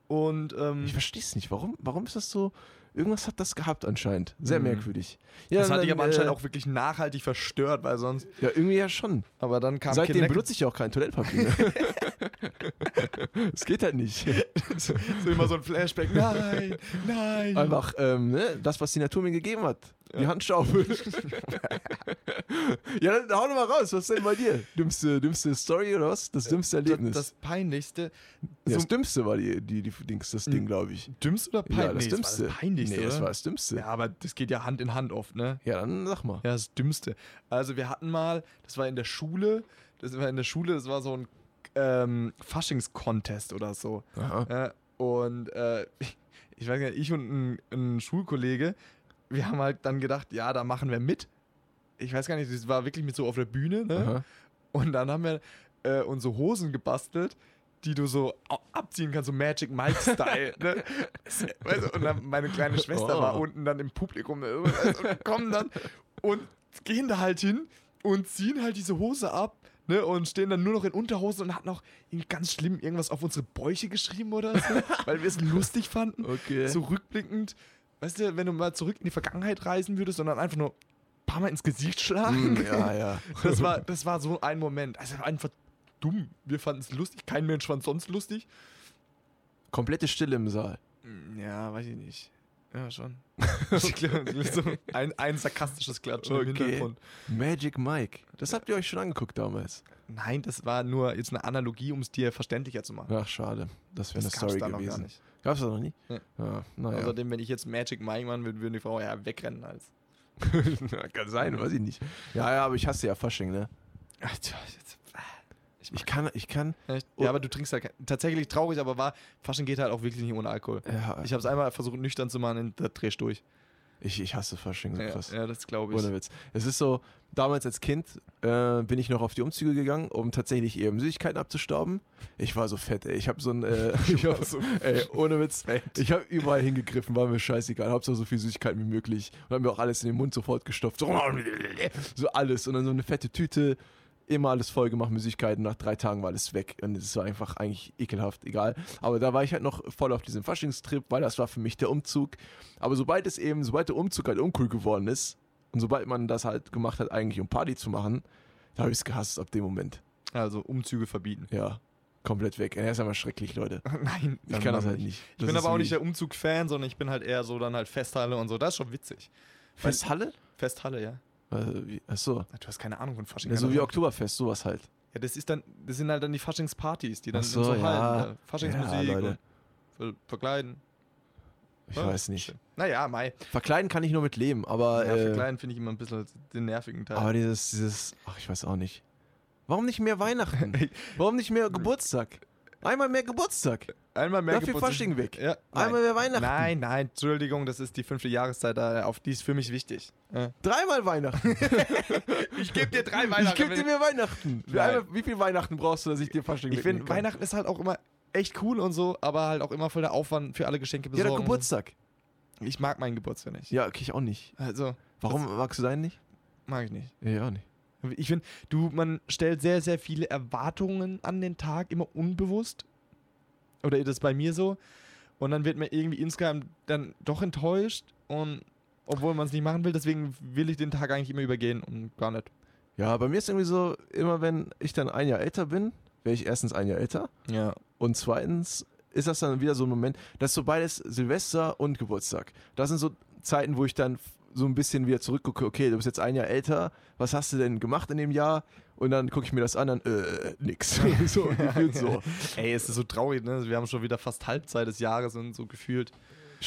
[SPEAKER 1] Und ähm,
[SPEAKER 2] Ich verstehe es nicht. Warum, warum ist das so? Irgendwas hat das gehabt anscheinend. Sehr
[SPEAKER 1] Mhm.
[SPEAKER 2] merkwürdig. Ja,
[SPEAKER 1] das hat
[SPEAKER 2] dann,
[SPEAKER 1] dich aber
[SPEAKER 2] äh,
[SPEAKER 1] anscheinend auch wirklich nachhaltig verstört, weil sonst.
[SPEAKER 2] Ja, irgendwie ja schon.
[SPEAKER 1] Aber dann kam
[SPEAKER 2] Seitdem
[SPEAKER 1] Kinect-
[SPEAKER 2] benutze ich ja auch kein Toilettenpapier. Es geht halt nicht.
[SPEAKER 1] so immer so ein Flashback. Nein, nein.
[SPEAKER 2] Einfach ähm, ne, das, was die Natur mir gegeben hat. Die Handschaufel. ja, dann hau doch mal raus. Was ist denn bei dir? Dümmste, dümmste Story oder was? Das dümmste Erlebnis.
[SPEAKER 1] Äh, Das, das Peinlichste.
[SPEAKER 2] ja,
[SPEAKER 1] so
[SPEAKER 2] das dümmste war die, die, die, Dings, das Ding, glaube ich.
[SPEAKER 1] dümmst oder Hm. peinlich?
[SPEAKER 2] Ja, das
[SPEAKER 1] Nee, war
[SPEAKER 2] dümmste.
[SPEAKER 1] Das peinlichste,
[SPEAKER 2] nee, das
[SPEAKER 1] oder?
[SPEAKER 2] war das dümmste.
[SPEAKER 1] ja,
[SPEAKER 2] Ja,
[SPEAKER 1] aber das geht ja Hand in Hand oft, ne?
[SPEAKER 2] dann sag mal.
[SPEAKER 1] Ja, das Dümmste. Also wir hatten mal, das war in der Schule, das war in der Schule, das war so ein ähm, Faschings-Contest oder so.
[SPEAKER 2] Aha.
[SPEAKER 1] Ja, und äh, ich weiß nicht, ich und ein, ein Schulkollege, wir haben halt dann gedacht, ja, da machen wir mit. Ich weiß gar nicht, das war wirklich mit so auf der Bühne, ne?
[SPEAKER 2] Aha.
[SPEAKER 1] Und dann haben wir äh, unsere Hosen gebastelt, die du so au- abziehen kannst, so Magic Mike Style. ne? weißt du, und dann meine kleine Schwester
[SPEAKER 2] Oh.
[SPEAKER 1] war unten dann im Publikum ne? weißt du, und kommen dann und gehen da halt hin und ziehen halt diese Hose ab. Ne, und stehen dann nur noch in Unterhosen und hat noch irgendwie ganz schlimm irgendwas auf unsere Bäuche geschrieben oder so, weil wir es lustig fanden.
[SPEAKER 2] Okay.
[SPEAKER 1] So rückblickend, weißt du, wenn du mal zurück in die Vergangenheit reisen würdest und dann einfach nur ein paar Mal ins Gesicht schlagen,
[SPEAKER 2] Hm, ja, ja.
[SPEAKER 1] das war, das war so ein Moment. Also einfach dumm. Wir fanden es lustig. Kein Mensch fand sonst lustig.
[SPEAKER 2] Komplette Stille im Saal. Hm,
[SPEAKER 1] Ja, weiß ich nicht. Ja, schon. ich glaube, so ein, ein sarkastisches Klatschen im
[SPEAKER 2] Okay.
[SPEAKER 1] Hintergrund.
[SPEAKER 2] Magic Mike. Das habt ihr euch schon angeguckt damals.
[SPEAKER 1] Nein, das war nur jetzt eine Analogie, um es dir verständlicher zu machen.
[SPEAKER 2] Ach, schade. Das wäre eine
[SPEAKER 1] das gab's
[SPEAKER 2] Story
[SPEAKER 1] da noch gar
[SPEAKER 2] gewesen.
[SPEAKER 1] nicht.
[SPEAKER 2] Gab's das noch nie?
[SPEAKER 1] Nee. Also
[SPEAKER 2] Ja, naja.
[SPEAKER 1] Außerdem, wenn ich jetzt Magic Mike machen würde, würden die Frauen ja wegrennen als.
[SPEAKER 2] Na, kann sein, weiß ich nicht. Ja, ja, aber ich hasse ja Fasching, ne?
[SPEAKER 1] Ach, tja, jetzt-
[SPEAKER 2] Ich kann, ich kann.
[SPEAKER 1] Echt? Ja, aber du trinkst halt kein- tatsächlich traurig, aber war Faschen geht halt auch wirklich nicht ohne Alkohol.
[SPEAKER 2] Ja,
[SPEAKER 1] Ich habe es einmal versucht nüchtern zu machen, und da drehst du durch.
[SPEAKER 2] ich, ich hasse Fasching so
[SPEAKER 1] Ja,
[SPEAKER 2] krass.
[SPEAKER 1] ja, das glaube ich.
[SPEAKER 2] Ohne Witz. Es ist so, damals als Kind äh, bin ich noch auf die Umzüge gegangen, um tatsächlich eben Süßigkeiten abzustauben. Ich war so fett, ey. Ich habe so ein. Äh, ich hab,
[SPEAKER 1] so
[SPEAKER 2] ey, ohne Witz. Ich habe überall hingegriffen, war mir scheißegal. Hauptsache so viel Süßigkeiten wie möglich. Und habe mir auch alles in den Mund sofort gestopft. So, so alles. Und dann so eine fette Tüte. Immer alles voll gemacht mit Süßigkeiten. Nach drei Tagen war alles weg. Und es war einfach eigentlich ekelhaft, egal. Aber da war ich halt noch voll auf diesem Faschingstrip, weil das war für mich der Umzug. Aber sobald es eben, sobald der Umzug halt uncool geworden ist, und sobald man das halt gemacht hat, eigentlich um Party zu machen, da habe ich es gehasst ab dem Moment.
[SPEAKER 1] Also Umzüge verbieten.
[SPEAKER 2] Ja, komplett weg. Er ist einfach schrecklich, Leute.
[SPEAKER 1] Nein,
[SPEAKER 2] Ich kann das halt nicht.
[SPEAKER 1] Ich bin aber auch nicht der Umzug-Fan, sondern ich bin halt eher so dann halt Festhalle und so. Das ist schon witzig.
[SPEAKER 2] Festhalle?
[SPEAKER 1] Festhalle, ja.
[SPEAKER 2] Also, wie, achso.
[SPEAKER 1] Du hast keine Ahnung von Fasching.
[SPEAKER 2] Ja, so
[SPEAKER 1] keine
[SPEAKER 2] wie
[SPEAKER 1] Ahnung.
[SPEAKER 2] Oktoberfest, sowas halt.
[SPEAKER 1] Ja, das ist dann, das sind halt dann die Faschingspartys, die dann
[SPEAKER 2] Ach so,
[SPEAKER 1] in so
[SPEAKER 2] ja.
[SPEAKER 1] Hallen, äh, Faschingsmusik
[SPEAKER 2] Ja,
[SPEAKER 1] und
[SPEAKER 2] Leute.
[SPEAKER 1] ver verkleiden.
[SPEAKER 2] Ich
[SPEAKER 1] Ja,
[SPEAKER 2] weiß nicht.
[SPEAKER 1] Naja, Mai.
[SPEAKER 2] Verkleiden kann ich nur mit leben,
[SPEAKER 1] Ja,
[SPEAKER 2] aber, äh, Ah,
[SPEAKER 1] verkleiden finde ich immer ein bisschen den nervigen Teil.
[SPEAKER 2] aber dieses, dieses, ach, ich weiß auch nicht. Warum nicht mehr Weihnachten? Warum nicht mehr Geburtstag? Einmal mehr Geburtstag.
[SPEAKER 1] Einmal mehr
[SPEAKER 2] Dafür
[SPEAKER 1] Geburtstag-
[SPEAKER 2] Fasching weg.
[SPEAKER 1] Ja,
[SPEAKER 2] Einmal
[SPEAKER 1] nein.
[SPEAKER 2] mehr Weihnachten.
[SPEAKER 1] Nein, nein, Entschuldigung, das ist die fünfte Jahreszeit, äh, auf die ist für mich wichtig. Ja.
[SPEAKER 2] Dreimal Weihnachten.
[SPEAKER 1] Ich gebe dir drei
[SPEAKER 2] Ich gebe dir mehr Weihnachten. Wie,
[SPEAKER 1] Nein.
[SPEAKER 2] einmal, wie viel Weihnachten brauchst du, dass ich dir Fasching
[SPEAKER 1] Ich
[SPEAKER 2] wegnehmen
[SPEAKER 1] finde,
[SPEAKER 2] kann?
[SPEAKER 1] Weihnachten ist halt auch immer echt cool und so, aber halt auch immer voll der Aufwand für alle Geschenke
[SPEAKER 2] Ja,
[SPEAKER 1] besorgen.
[SPEAKER 2] der Geburtstag.
[SPEAKER 1] Ich mag meinen Geburtstag nicht.
[SPEAKER 2] Ja, okay, ich auch nicht.
[SPEAKER 1] Also,
[SPEAKER 2] Warum magst du seinen nicht?
[SPEAKER 1] mag ich nicht.
[SPEAKER 2] Ja, auch nicht.
[SPEAKER 1] Ich finde, du, man stellt sehr, sehr viele Erwartungen an den Tag, immer unbewusst. Oder das ist bei mir so. Und dann wird man irgendwie insgeheim dann doch enttäuscht und obwohl man es nicht machen will, deswegen will ich den Tag eigentlich immer übergehen und gar nicht.
[SPEAKER 2] Ja, bei mir ist irgendwie so, immer wenn ich dann ein Jahr älter bin, wäre ich erstens ein Jahr älter
[SPEAKER 1] Ja.
[SPEAKER 2] und zweitens ist das dann wieder so ein Moment, dass so beides Silvester und Geburtstag. Das sind so Zeiten, wo ich dann f- so ein bisschen wieder zurückgucke, okay, du bist jetzt ein Jahr älter, was hast du denn gemacht in dem Jahr? Und dann gucke ich mir das an, dann, äh, nix. so, gefühlt so.
[SPEAKER 1] Ey, es ist so traurig, ne? Wir haben schon wieder fast Halbzeit des Jahres und so gefühlt.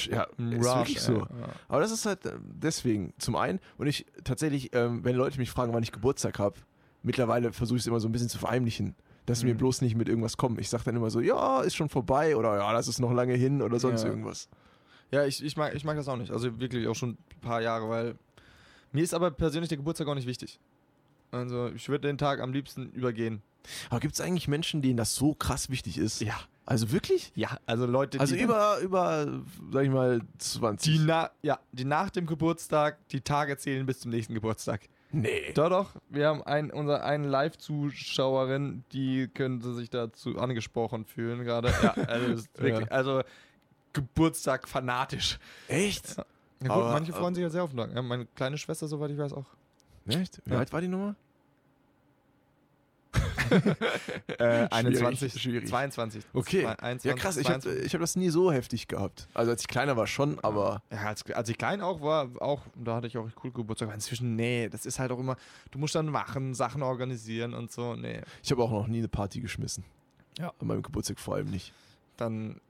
[SPEAKER 2] Ja,
[SPEAKER 1] Ein
[SPEAKER 2] ist wirklich
[SPEAKER 1] Hm, ey.
[SPEAKER 2] so.
[SPEAKER 1] Ja.
[SPEAKER 2] Aber das ist halt äh, deswegen zum einen und ich tatsächlich, ähm, wenn Leute mich fragen, wann ich Geburtstag habe, mittlerweile versuche ich es immer so ein bisschen zu verheimlichen, dass sie mir
[SPEAKER 1] Mhm.
[SPEAKER 2] bloß nicht mit irgendwas kommen. Ich sage dann immer so, ja, ist schon vorbei oder ja, das ist noch lange hin oder sonst
[SPEAKER 1] Ja.
[SPEAKER 2] irgendwas.
[SPEAKER 1] Ja, ich, ich, mag, ich mag das auch nicht. Also wirklich auch schon ein paar Jahre, weil mir ist aber persönlich der Geburtstag auch nicht wichtig. Also ich würde den Tag am liebsten übergehen.
[SPEAKER 2] Aber gibt es eigentlich Menschen, denen das so krass wichtig ist?
[SPEAKER 1] Ja.
[SPEAKER 2] Also wirklich?
[SPEAKER 1] Ja, also Leute,
[SPEAKER 2] Also
[SPEAKER 1] die,
[SPEAKER 2] über, über, sag ich mal,
[SPEAKER 1] die,
[SPEAKER 2] 20.
[SPEAKER 1] na, ja, die nach dem Geburtstag die Tage zählen bis zum nächsten Geburtstag.
[SPEAKER 2] nee.
[SPEAKER 1] Doch, doch, wir haben einen, unsere eine Live-Zuschauerin, die könnte sich dazu angesprochen fühlen gerade. Ja, also, das ist
[SPEAKER 2] Ja.
[SPEAKER 1] wirklich, also Geburtstag fanatisch. äh,
[SPEAKER 2] Echt?
[SPEAKER 1] Ja, gut,
[SPEAKER 2] Aber-
[SPEAKER 1] manche freuen sich ja sehr auf den Tag. Ja, meine kleine Schwester, soweit ich weiß, auch.
[SPEAKER 2] Echt? Wie
[SPEAKER 1] Ja.
[SPEAKER 2] alt war die Nummer?
[SPEAKER 1] äh, 21,
[SPEAKER 2] schwierig.
[SPEAKER 1] 22.
[SPEAKER 2] Okay.
[SPEAKER 1] zwei- 21,
[SPEAKER 2] ja, krass, ich habe
[SPEAKER 1] 22.
[SPEAKER 2] ich hab das nie so heftig gehabt. Also als ich kleiner war schon, aber
[SPEAKER 1] Ja, als, als ich klein auch war, auch, da hatte ich auch cool Geburtstag. Aber inzwischen, nee, das ist halt auch immer, du musst dann machen, Sachen organisieren und so, nee.
[SPEAKER 2] ich habe auch noch nie eine Party geschmissen.
[SPEAKER 1] Ja.
[SPEAKER 2] An meinem Geburtstag vor allem nicht.
[SPEAKER 1] Dann,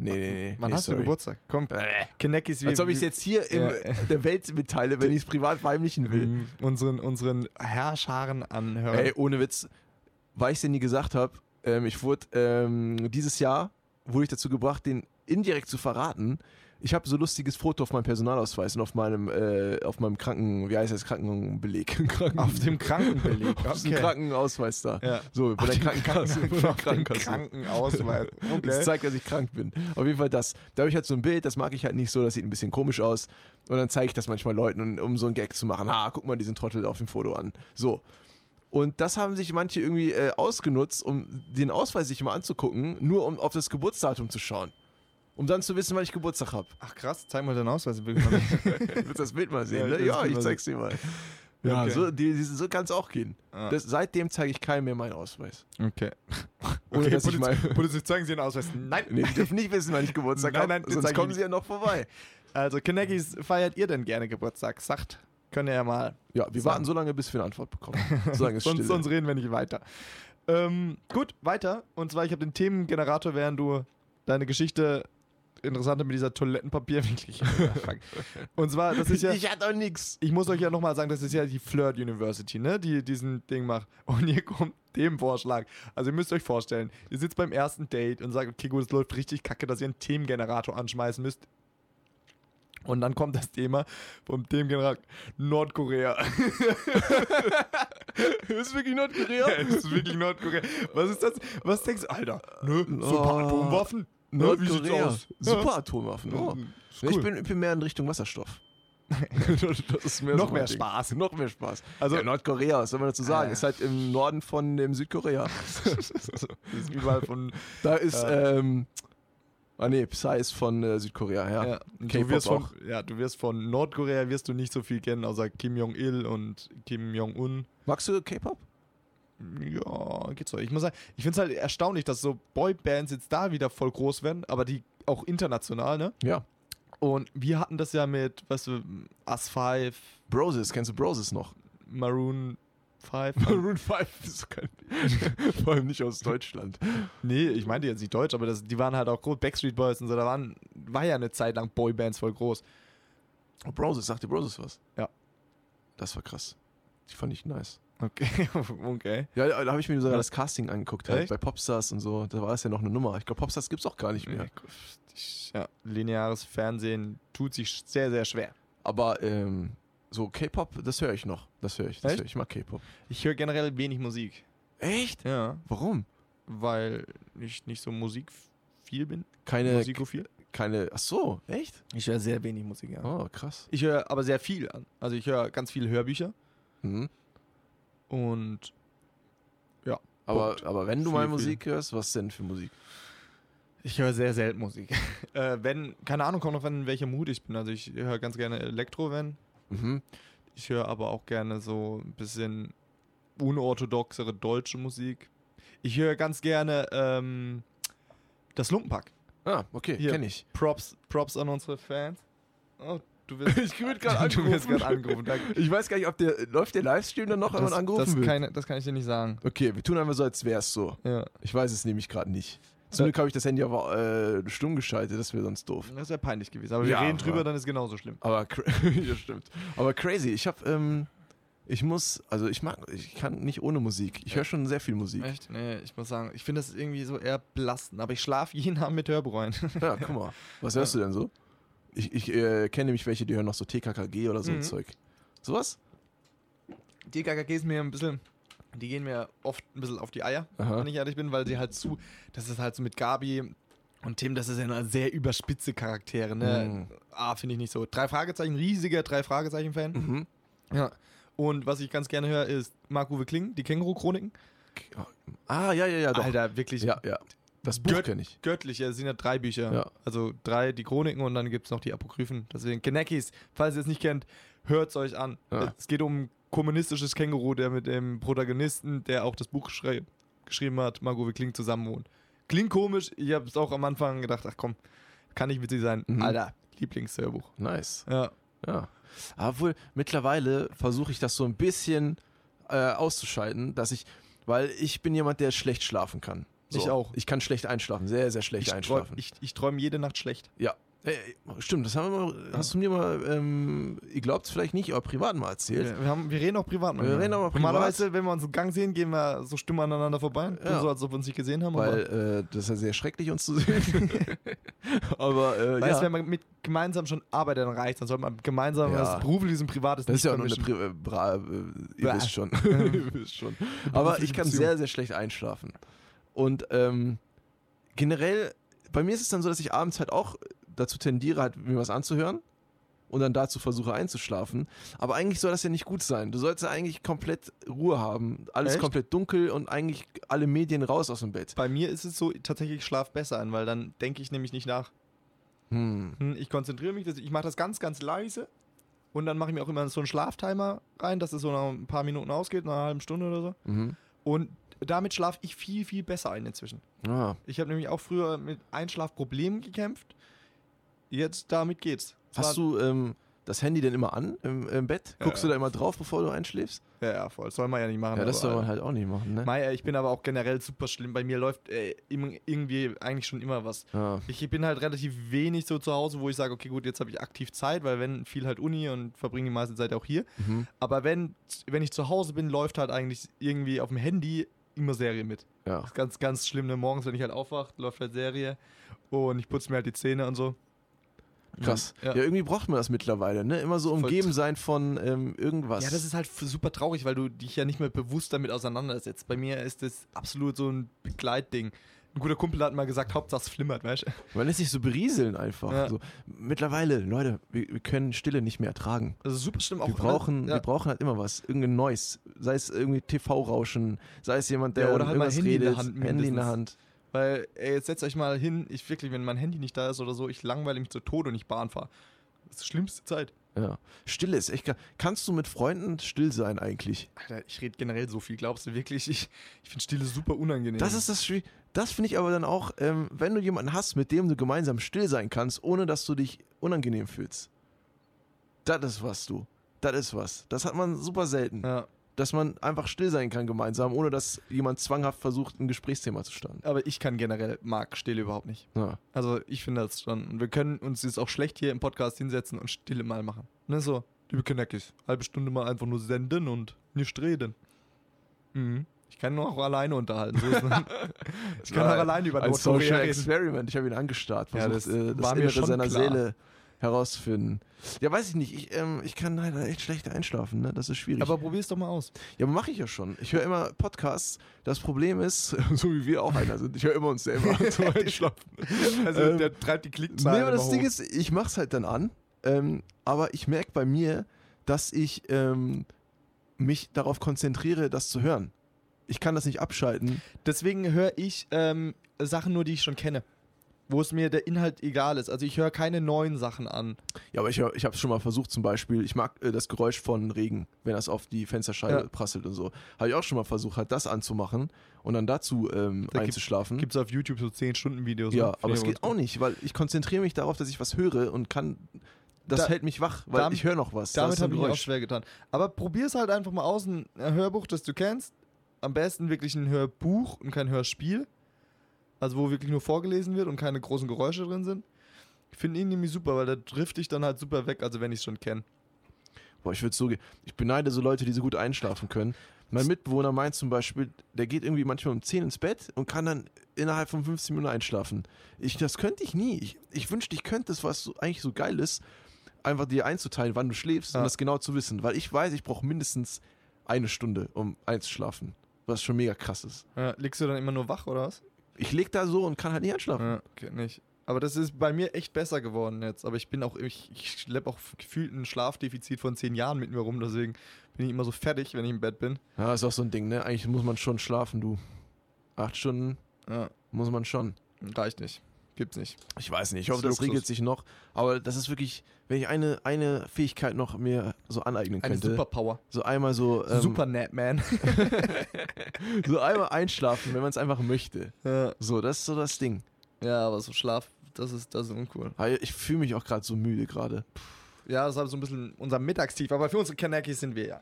[SPEAKER 2] Nee, nee, nee.
[SPEAKER 1] wann
[SPEAKER 2] nee,
[SPEAKER 1] hast du
[SPEAKER 2] sorry.
[SPEAKER 1] Geburtstag? Komm,
[SPEAKER 2] Äh,
[SPEAKER 1] Kineckis wie...
[SPEAKER 2] Als ob ich es
[SPEAKER 1] wie-
[SPEAKER 2] jetzt hier im,
[SPEAKER 1] Ja.
[SPEAKER 2] der Welt mitteile, wenn ich es privat verheimlichen will.
[SPEAKER 1] Mhm. unseren, unseren Herrscharen anhören.
[SPEAKER 2] Ey, ohne Witz, weil ich es dir nie gesagt habe, ähm, ich wurde ähm, dieses Jahr wurde ich dazu gebracht, den indirekt zu verraten. Ich habe so lustiges Foto auf meinem Personalausweis und auf meinem äh, auf meinem Kranken, wie heißt das Krankenbeleg? Kranken
[SPEAKER 1] auf dem Krankenbeleg.
[SPEAKER 2] auf dem
[SPEAKER 1] okay.
[SPEAKER 2] Krankenausweis da.
[SPEAKER 1] Ja.
[SPEAKER 2] So, bei
[SPEAKER 1] Auf
[SPEAKER 2] der
[SPEAKER 1] dem
[SPEAKER 2] Krankenkasse.
[SPEAKER 1] Kranken-
[SPEAKER 2] bei der
[SPEAKER 1] auf dem
[SPEAKER 2] Krankenkasse.
[SPEAKER 1] Krankenausweis.
[SPEAKER 2] Das
[SPEAKER 1] Okay.
[SPEAKER 2] zeigt, dass ich krank bin. Auf jeden Fall das. Da habe ich halt so ein Bild, das mag ich halt nicht so, das sieht ein bisschen komisch aus. Und dann zeige ich das manchmal Leuten, und- um so einen Gag zu machen. Ha, guck mal diesen Trottel auf dem Foto an. So. Und das haben sich manche irgendwie äh, ausgenutzt, um den Ausweis sich mal anzugucken, nur um auf das Geburtsdatum zu schauen. Um dann zu wissen, wann ich Geburtstag habe.
[SPEAKER 1] Ach krass, zeig mal deinen Ausweis. wirklich mal.
[SPEAKER 2] Willst du das Bild mal sehen?
[SPEAKER 1] Ja,
[SPEAKER 2] ne?
[SPEAKER 1] ich will das
[SPEAKER 2] ja
[SPEAKER 1] Bild
[SPEAKER 2] ich
[SPEAKER 1] mal
[SPEAKER 2] zeig's dir mal. Ja,
[SPEAKER 1] Okay.
[SPEAKER 2] so, die, die, so kann es auch gehen.
[SPEAKER 1] Ah.
[SPEAKER 2] Das, seitdem zeige ich keinem mehr meinen Ausweis.
[SPEAKER 1] Okay.
[SPEAKER 2] Ohne dass ich mal.
[SPEAKER 1] Polizei, zeigen Sie den Ausweis. Nein.
[SPEAKER 2] Nee, die dürfen nicht wissen, wann ich Geburtstag
[SPEAKER 1] Nein,
[SPEAKER 2] habe.
[SPEAKER 1] nein, das zeig
[SPEAKER 2] Sonst
[SPEAKER 1] ich
[SPEAKER 2] kommen
[SPEAKER 1] nicht.
[SPEAKER 2] sie ja noch vorbei.
[SPEAKER 1] Also, Kineckis, feiert ihr denn gerne Geburtstag? Sagt, könnt ihr ja mal.
[SPEAKER 2] Ja, wir
[SPEAKER 1] Sagen.
[SPEAKER 2] warten so lange, bis wir eine Antwort bekommen. So lange ist
[SPEAKER 1] Sonst,
[SPEAKER 2] still.
[SPEAKER 1] sonst reden wir nicht weiter. Ähm, gut, weiter. Und zwar, ich habe den Themengenerator, während du deine Geschichte interessante mit dieser Toilettenpapier wirklich. Und zwar, das ist ja.
[SPEAKER 2] ich hatte auch nix.
[SPEAKER 1] ich muss euch ja nochmal sagen, das ist ja die Flirt University, ne? Die diesen Ding macht. Und ihr kommt dem Vorschlag. Also ihr müsst euch vorstellen, ihr sitzt beim ersten Date und sagt, okay, gut, es läuft richtig kacke, dass ihr einen Themengenerator anschmeißen müsst. Und dann kommt das Thema vom Themengenerator Nordkorea.
[SPEAKER 2] Ist wirklich Nordkorea?
[SPEAKER 1] das ist wirklich Nordkorea. Was ist das? Was denkst du? Alter, ne? Super
[SPEAKER 2] Oh,
[SPEAKER 1] Atomwaffen? Ne, Wie sieht's
[SPEAKER 2] Nordkorea.
[SPEAKER 1] aus?
[SPEAKER 2] Super Atomwaffen.
[SPEAKER 1] Ja.
[SPEAKER 2] Oh.
[SPEAKER 1] Ist
[SPEAKER 2] Ja, Ich,
[SPEAKER 1] cool.
[SPEAKER 2] bin, ich bin mehr in Richtung Wasserstoff. das ist mehr
[SPEAKER 1] Noch
[SPEAKER 2] mein
[SPEAKER 1] mehr
[SPEAKER 2] Ding.
[SPEAKER 1] Spaß.
[SPEAKER 2] Noch mehr Spaß.
[SPEAKER 1] Also-
[SPEAKER 2] Also ja, Nordkorea, was soll man dazu sagen?
[SPEAKER 1] Ah.
[SPEAKER 2] Ist halt im Norden von dem Südkorea.
[SPEAKER 1] Das ist überall von.
[SPEAKER 2] da ist, ähm, ah nee, Psy ist von äh, Südkorea, ja.
[SPEAKER 1] Ja, und du
[SPEAKER 2] K-Pop
[SPEAKER 1] wirst von,
[SPEAKER 2] auch.
[SPEAKER 1] ja, du wirst von Nordkorea wirst du nicht so viel kennen, außer Kim Jong-il und Kim Jong-un.
[SPEAKER 2] Magst du K-Pop?
[SPEAKER 1] Ja, geht's so. Ich muss sagen, ich find's halt erstaunlich, dass so Boybands jetzt da wieder voll groß werden, aber die auch international, ne?
[SPEAKER 2] Ja.
[SPEAKER 1] Und wir hatten das ja mit, weißt du, As5,
[SPEAKER 2] Broses, kennst du Broses noch?
[SPEAKER 1] Maroon 5.
[SPEAKER 2] 5 ist kein. Vor allem nicht aus Deutschland.
[SPEAKER 1] nee, ich meinte jetzt nicht deutsch, aber das, die waren halt auch groß. Backstreet Boys und so, da waren, war ja eine Zeit lang Boybands voll groß.
[SPEAKER 2] Oh, Broses, sagt dir Broses was?
[SPEAKER 1] Ja.
[SPEAKER 2] Das war krass. Die fand ich nice.
[SPEAKER 1] Okay, okay.
[SPEAKER 2] Ja, da habe ich mir sogar
[SPEAKER 1] Ja.
[SPEAKER 2] das Casting angeguckt, halt,
[SPEAKER 1] Echt?
[SPEAKER 2] bei Popstars und so. Da war es ja noch eine Nummer. Ich glaube, Popstars gibt's auch gar nicht mehr.
[SPEAKER 1] Ja, lineares Fernsehen tut sich sehr, sehr schwer.
[SPEAKER 2] Aber ähm, so K-Pop, das höre ich noch. Das höre ich. Das
[SPEAKER 1] Echt?
[SPEAKER 2] höre ich. ich mag K-Pop.
[SPEAKER 1] Ich höre generell wenig Musik.
[SPEAKER 2] Echt?
[SPEAKER 1] Ja.
[SPEAKER 2] Warum?
[SPEAKER 1] Weil ich nicht so musikviel bin.
[SPEAKER 2] Keine,
[SPEAKER 1] Musikophil.
[SPEAKER 2] keine. Ach so, echt?
[SPEAKER 1] Ich höre sehr wenig Musik an.
[SPEAKER 2] Oh, krass.
[SPEAKER 1] Ich höre aber sehr viel an. Also ich höre ganz viele Hörbücher
[SPEAKER 2] Mhm.
[SPEAKER 1] und
[SPEAKER 2] Aber,
[SPEAKER 1] Punkt.
[SPEAKER 2] aber wenn
[SPEAKER 1] Viel,
[SPEAKER 2] du mal
[SPEAKER 1] viel.
[SPEAKER 2] Musik hörst, was denn für Musik?
[SPEAKER 1] ich höre sehr selten Musik. äh, wenn, keine Ahnung, kommt noch an, in welchem Mut ich bin. Also ich höre ganz gerne Elektro, wenn.
[SPEAKER 2] Mhm.
[SPEAKER 1] Ich höre aber auch gerne so ein bisschen unorthodoxere deutsche Musik. Ich höre ganz gerne ähm, das Lumpenpack.
[SPEAKER 2] Ah, okay,
[SPEAKER 1] Hier.
[SPEAKER 2] kenne ich.
[SPEAKER 1] Props, Props an unsere Fans. Oh, du wirst
[SPEAKER 2] Ich wird grad
[SPEAKER 1] Du wirst
[SPEAKER 2] angerufen.
[SPEAKER 1] gerade angerufen. Danke.
[SPEAKER 2] Ich weiß gar nicht, ob der. Läuft der Livestream dann noch, wenn man angerufen
[SPEAKER 1] das,
[SPEAKER 2] wird?
[SPEAKER 1] kann, das kann ich dir nicht sagen.
[SPEAKER 2] Okay, wir tun einfach so, als wäre es so.
[SPEAKER 1] Ja.
[SPEAKER 2] Ich weiß es nämlich gerade nicht. Zum Glück habe ich das Handy aber äh, stumm geschaltet, das wäre sonst doof.
[SPEAKER 1] Das wäre peinlich gewesen. Aber
[SPEAKER 2] Ja,
[SPEAKER 1] wir reden
[SPEAKER 2] aber-
[SPEAKER 1] drüber, dann ist genauso schlimm.
[SPEAKER 2] Aber cra- ja, stimmt. Aber crazy, ich habe ähm, ich muss, also ich mag, ich kann nicht ohne Musik. Ich höre schon sehr viel Musik.
[SPEAKER 1] Echt? Nee, ich muss sagen, ich finde das irgendwie so eher blassen. Aber ich schlafe jeden Abend mit Hörbuch ein.
[SPEAKER 2] Ja, guck mal. Was hörst du denn so? Ich, ich äh, kenne nämlich welche, die hören noch so TKKG oder so ein
[SPEAKER 1] Mhm.
[SPEAKER 2] Zeug. Sowas?
[SPEAKER 1] Die KKG ist mir ein bisschen. Die gehen mir oft ein bisschen auf die Eier,
[SPEAKER 2] Aha.
[SPEAKER 1] wenn ich ehrlich bin, weil sie halt zu. Das ist halt so mit Gabi und Tim, das ist ja eine sehr überspitze Charaktere, ne?
[SPEAKER 2] Mhm.
[SPEAKER 1] Ah, finde ich nicht so. Drei Fragezeichen, riesiger Drei Fragezeichen-Fan.
[SPEAKER 2] Mhm.
[SPEAKER 1] Ja. Und was ich ganz gerne höre, ist Marc-Uwe Kling, die Känguru-Chroniken.
[SPEAKER 2] Ah, ja, ja, ja, doch.
[SPEAKER 1] Alter, wirklich
[SPEAKER 2] Ja, ja. Das Buch
[SPEAKER 1] Gött-
[SPEAKER 2] kenne ich.
[SPEAKER 1] göttlich. Ja, es sind ja drei Bücher.
[SPEAKER 2] Ja.
[SPEAKER 1] Also drei, die Chroniken und dann gibt es noch die Apokryphen. Deswegen, Genekis, falls ihr es nicht kennt, hört es euch an.
[SPEAKER 2] Ja.
[SPEAKER 1] Es geht um ein kommunistisches Känguru, der mit dem Protagonisten, der auch das Buch schrei- geschrieben hat, Margot, wir klingen zusammen wohnen. Klingt komisch, ich habe es auch am Anfang gedacht, ach komm, kann nicht witzig sein.
[SPEAKER 2] Mhm.
[SPEAKER 1] Alter, Lieblingshörbuch.
[SPEAKER 2] Nice.
[SPEAKER 1] Ja.
[SPEAKER 2] Ja. Obwohl, mittlerweile versuche ich das so ein bisschen äh, auszuschalten, dass ich, weil ich bin jemand, der schlecht schlafen kann. So.
[SPEAKER 1] Ich auch.
[SPEAKER 2] Ich kann schlecht einschlafen, sehr, sehr schlecht
[SPEAKER 1] Ich träume
[SPEAKER 2] einschlafen.
[SPEAKER 1] ich, ich träum jede Nacht schlecht.
[SPEAKER 2] ja. Ey, ey, stimmt, das haben wir mal, hast du mir mal, ähm, ihr glaubt es vielleicht nicht, aber privat mal erzählt.
[SPEAKER 1] Wir, wir haben, wir reden auch privat.
[SPEAKER 2] Wir reden auch mal privat.
[SPEAKER 1] Normalerweise, wenn wir uns im Gang sehen, gehen wir so Stimmen aneinander vorbei.
[SPEAKER 2] Ja.
[SPEAKER 1] Du So, als ob wir uns nicht gesehen haben. aber-
[SPEAKER 2] Weil äh, das ist ja sehr schrecklich, uns zu sehen. aber äh,
[SPEAKER 1] Weißt du,
[SPEAKER 2] ja.
[SPEAKER 1] wenn man mit gemeinsam schon arbeitet, dann reicht dann sollte man gemeinsam
[SPEAKER 2] Ja.
[SPEAKER 1] das beruflich und privates
[SPEAKER 2] Das ist ja auch nur eine
[SPEAKER 1] vermischen.
[SPEAKER 2] Pri äh, Bra äh, ihr
[SPEAKER 1] Bra-
[SPEAKER 2] wisst schon. ihr wisst schon. Aber ich kann
[SPEAKER 1] Beziehung.
[SPEAKER 2] sehr, sehr schlecht einschlafen. Und ähm, generell, bei mir ist es dann so, dass ich abends halt auch dazu tendiere, halt mir was anzuhören und dann dazu versuche einzuschlafen. Aber eigentlich soll das ja nicht gut sein. Du solltest ja eigentlich komplett Ruhe haben. Alles
[SPEAKER 1] Echt?
[SPEAKER 2] komplett dunkel und eigentlich alle Medien raus aus dem Bett.
[SPEAKER 1] Bei mir ist es so, tatsächlich ich schlaf besser an, weil dann denke ich nämlich nicht nach.
[SPEAKER 2] Hm.
[SPEAKER 1] Hm, Ich konzentriere mich, das- ich mache das ganz, ganz leise und dann mache ich mir auch immer so einen Schlaftimer rein, dass es so nach ein paar Minuten ausgeht, nach einer halben Stunde oder so.
[SPEAKER 2] Mhm.
[SPEAKER 1] Und damit schlafe ich viel, viel besser ein inzwischen.
[SPEAKER 2] Ja.
[SPEAKER 1] Ich habe nämlich auch früher mit Einschlafproblemen gekämpft. Jetzt damit geht's. Es war-
[SPEAKER 2] Hast du ähm, das Handy denn immer an im, im Bett?
[SPEAKER 1] Ja,
[SPEAKER 2] Guckst
[SPEAKER 1] ja.
[SPEAKER 2] du da immer drauf, bevor du einschläfst?
[SPEAKER 1] Ja, ja, voll. Soll man ja nicht machen.
[SPEAKER 2] Ja, das
[SPEAKER 1] aber-
[SPEAKER 2] soll man halt auch nicht machen, ne?
[SPEAKER 1] Mei, ich bin aber auch generell super schlimm. Bei mir läuft äh, im- irgendwie eigentlich schon immer was.
[SPEAKER 2] Ja.
[SPEAKER 1] Ich bin halt relativ wenig so zu Hause, wo ich sage, okay, gut, jetzt habe ich aktiv Zeit, weil wenn viel halt Uni und verbringe die meiste Zeit auch hier.
[SPEAKER 2] Mhm.
[SPEAKER 1] Aber wenn, wenn ich zu Hause bin, läuft halt eigentlich irgendwie auf dem Handy immer Serie mit.
[SPEAKER 2] Ja.
[SPEAKER 1] Das ist ganz, ganz schlimm. Ne? Morgens, wenn ich halt aufwache, läuft halt Serie und ich putze mir halt die Zähne und so.
[SPEAKER 2] Mhm. Krass. Ja.
[SPEAKER 1] Mhm. Ja.
[SPEAKER 2] irgendwie braucht man das mittlerweile, ne? Immer so
[SPEAKER 1] Voll
[SPEAKER 2] umgeben sein von ähm, irgendwas.
[SPEAKER 1] Ja, das ist halt f- super traurig, weil du dich ja nicht mehr bewusst damit auseinandersetzt. Bei mir ist das absolut so ein Begleitding. Ein guter Kumpel hat mal gesagt, Hauptsache es flimmert, weißt du?
[SPEAKER 2] man lässt sich so berieseln einfach.
[SPEAKER 1] Ja.
[SPEAKER 2] So. Mittlerweile, Leute, wir, wir können Stille nicht mehr ertragen.
[SPEAKER 1] Also super schlimm auch.
[SPEAKER 2] Wir brauchen,
[SPEAKER 1] ne?
[SPEAKER 2] wir brauchen halt immer was, irgendein Neues. Sei es irgendwie TV-Rauschen, sei es jemand, der
[SPEAKER 1] Ja, oder
[SPEAKER 2] um
[SPEAKER 1] halt mal
[SPEAKER 2] irgendwas
[SPEAKER 1] Handy in der
[SPEAKER 2] redet,
[SPEAKER 1] Hand
[SPEAKER 2] Handy in der
[SPEAKER 1] mindestens.
[SPEAKER 2] Hand.
[SPEAKER 1] Weil, ey, jetzt setzt euch mal hin, ich wirklich, wenn mein Handy nicht da ist oder so, ich langweile mich zu Tode und ich Bahn fahre. Das ist die schlimmste Zeit.
[SPEAKER 2] Ja. Stille ist echt. ge- Kannst du mit Freunden still sein eigentlich?
[SPEAKER 1] Alter, ich rede generell so viel, glaubst du wirklich? Ich, ich finde Stille super unangenehm.
[SPEAKER 2] Das ist das Schwie- Das finde ich aber dann auch, ähm, wenn du jemanden hast, mit dem du gemeinsam still sein kannst, ohne dass du dich unangenehm fühlst. Das ist was, du. Das ist was. Das hat man super selten.
[SPEAKER 1] Ja,
[SPEAKER 2] Dass man einfach still sein kann gemeinsam, ohne dass jemand zwanghaft versucht, ein Gesprächsthema zu starten.
[SPEAKER 1] aber ich kann generell, mag Stille überhaupt nicht.
[SPEAKER 2] Ja.
[SPEAKER 1] Also, ich finde das schon. Und wir können uns jetzt auch schlecht hier im Podcast hinsetzen und Stille mal machen. Ne, so, liebe Knackis, halbe Stunde mal einfach nur senden und nicht reden. Mhm. Ich kann nur auch alleine unterhalten. So ist es. ich kann auch alleine über
[SPEAKER 2] Ein
[SPEAKER 1] Nordkorea
[SPEAKER 2] Social
[SPEAKER 1] reden.
[SPEAKER 2] Experiment. Ich habe ihn angestarrt,
[SPEAKER 1] Ja,
[SPEAKER 2] versucht,
[SPEAKER 1] das
[SPEAKER 2] äh, das
[SPEAKER 1] war mir
[SPEAKER 2] Innere
[SPEAKER 1] schon
[SPEAKER 2] seiner
[SPEAKER 1] klar.
[SPEAKER 2] Seele herauszufinden. Ja, weiß ich nicht. Ich, ähm, ich kann leider echt schlecht einschlafen. Ne? Das ist schwierig.
[SPEAKER 1] Aber probier's doch mal aus.
[SPEAKER 2] Ja, aber mache ich ja schon. Ich höre immer Podcasts. Das Problem ist, so wie wir auch einer sind, ich höre immer uns selber zum Einschlafen.
[SPEAKER 1] Also,
[SPEAKER 2] Ähm,
[SPEAKER 1] der treibt die
[SPEAKER 2] Nee,
[SPEAKER 1] Klickzahlen.
[SPEAKER 2] aber das
[SPEAKER 1] immer
[SPEAKER 2] Ding
[SPEAKER 1] hoch.
[SPEAKER 2] ist, ich mache es halt dann an. Ähm, aber ich merke bei mir, dass ich ähm, mich darauf konzentriere, das zu hören. Ich kann das nicht abschalten.
[SPEAKER 1] Deswegen höre ich ähm, Sachen nur, die ich schon kenne. Wo es mir der Inhalt egal ist. Also ich höre keine neuen Sachen an.
[SPEAKER 2] Ja, aber ich, hör- ich habe es schon mal versucht zum Beispiel. Ich mag äh, das Geräusch von Regen, wenn das auf die Fensterscheibe
[SPEAKER 1] Ja.
[SPEAKER 2] prasselt und so. Habe ich auch schon mal versucht, halt das anzumachen und dann dazu ähm,
[SPEAKER 1] Da gibt-
[SPEAKER 2] einzuschlafen.
[SPEAKER 1] Gibt es auf YouTube so 10-Stunden-Videos.
[SPEAKER 2] Ja,
[SPEAKER 1] ne?
[SPEAKER 2] aber es
[SPEAKER 1] Finde
[SPEAKER 2] geht Oh,
[SPEAKER 1] ich
[SPEAKER 2] auch nicht, weil ich konzentriere mich darauf, dass ich was höre und kann. Das
[SPEAKER 1] Da-
[SPEAKER 2] hält mich wach, weil
[SPEAKER 1] dam-
[SPEAKER 2] ich höre noch was. Da
[SPEAKER 1] Damit
[SPEAKER 2] ist ein
[SPEAKER 1] habe ich mich auch
[SPEAKER 2] Geräusch.
[SPEAKER 1] schwer getan. Aber probier es halt einfach mal aus, ein Hörbuch, das du kennst. Am besten wirklich ein Hörbuch und kein Hörspiel. Also wo wirklich nur vorgelesen wird und keine großen Geräusche drin sind. Ich finde ihn nämlich super, weil da trifft dich dann halt super weg, also wenn ich es schon kenne.
[SPEAKER 2] Boah, ich würde so. ge- Ich beneide so Leute, die so gut einschlafen können. Mein Mitbewohner meint zum Beispiel, der geht irgendwie manchmal um 10 ins Bett und kann dann innerhalb von 15 Minuten einschlafen. Ich, das könnte ich nie. Ich, ich wünschte, ich könnte das, was so, eigentlich so geil ist, einfach dir einzuteilen, wann du schläfst, um
[SPEAKER 1] Ja.
[SPEAKER 2] das genau zu wissen. Weil ich weiß, ich brauche mindestens eine Stunde, um einzuschlafen. Was schon mega krass ist.
[SPEAKER 1] Ja, liegst du dann immer nur wach, oder was?
[SPEAKER 2] Ich leg da so und kann halt nicht einschlafen.
[SPEAKER 1] Ja, okay, nicht. Aber das ist bei mir echt besser geworden jetzt. Aber ich bin auch, ich, ich schleppe auch gefühlt ein Schlafdefizit von zehn Jahren mit mir rum. Deswegen bin ich immer so fertig, wenn ich im Bett bin.
[SPEAKER 2] Ja, ist auch so ein Ding, ne? Eigentlich muss man schon schlafen, du. Acht Stunden
[SPEAKER 1] Ja,
[SPEAKER 2] muss man schon.
[SPEAKER 1] reicht nicht. Gibt's nicht.
[SPEAKER 2] Ich weiß nicht, ich hoffe,
[SPEAKER 1] Das
[SPEAKER 2] das,
[SPEAKER 1] ist
[SPEAKER 2] regelt
[SPEAKER 1] Luxus.
[SPEAKER 2] sich noch. Aber das ist wirklich, wenn ich eine, eine Fähigkeit noch mir so aneignen
[SPEAKER 1] Eine
[SPEAKER 2] könnte.
[SPEAKER 1] Superpower.
[SPEAKER 2] so einmal so, ähm,
[SPEAKER 1] Super Nat Man.
[SPEAKER 2] so einmal einschlafen, wenn man es einfach möchte.
[SPEAKER 1] ja,
[SPEAKER 2] So, das ist so das Ding.
[SPEAKER 1] ja, aber so Schlaf, das ist, das ist uncool.
[SPEAKER 2] Aber Ich fühle mich auch gerade so müde gerade.
[SPEAKER 1] Ja, das ist halt so ein bisschen unser Mittagstief, aber für unsere Kanakis sind wir ja.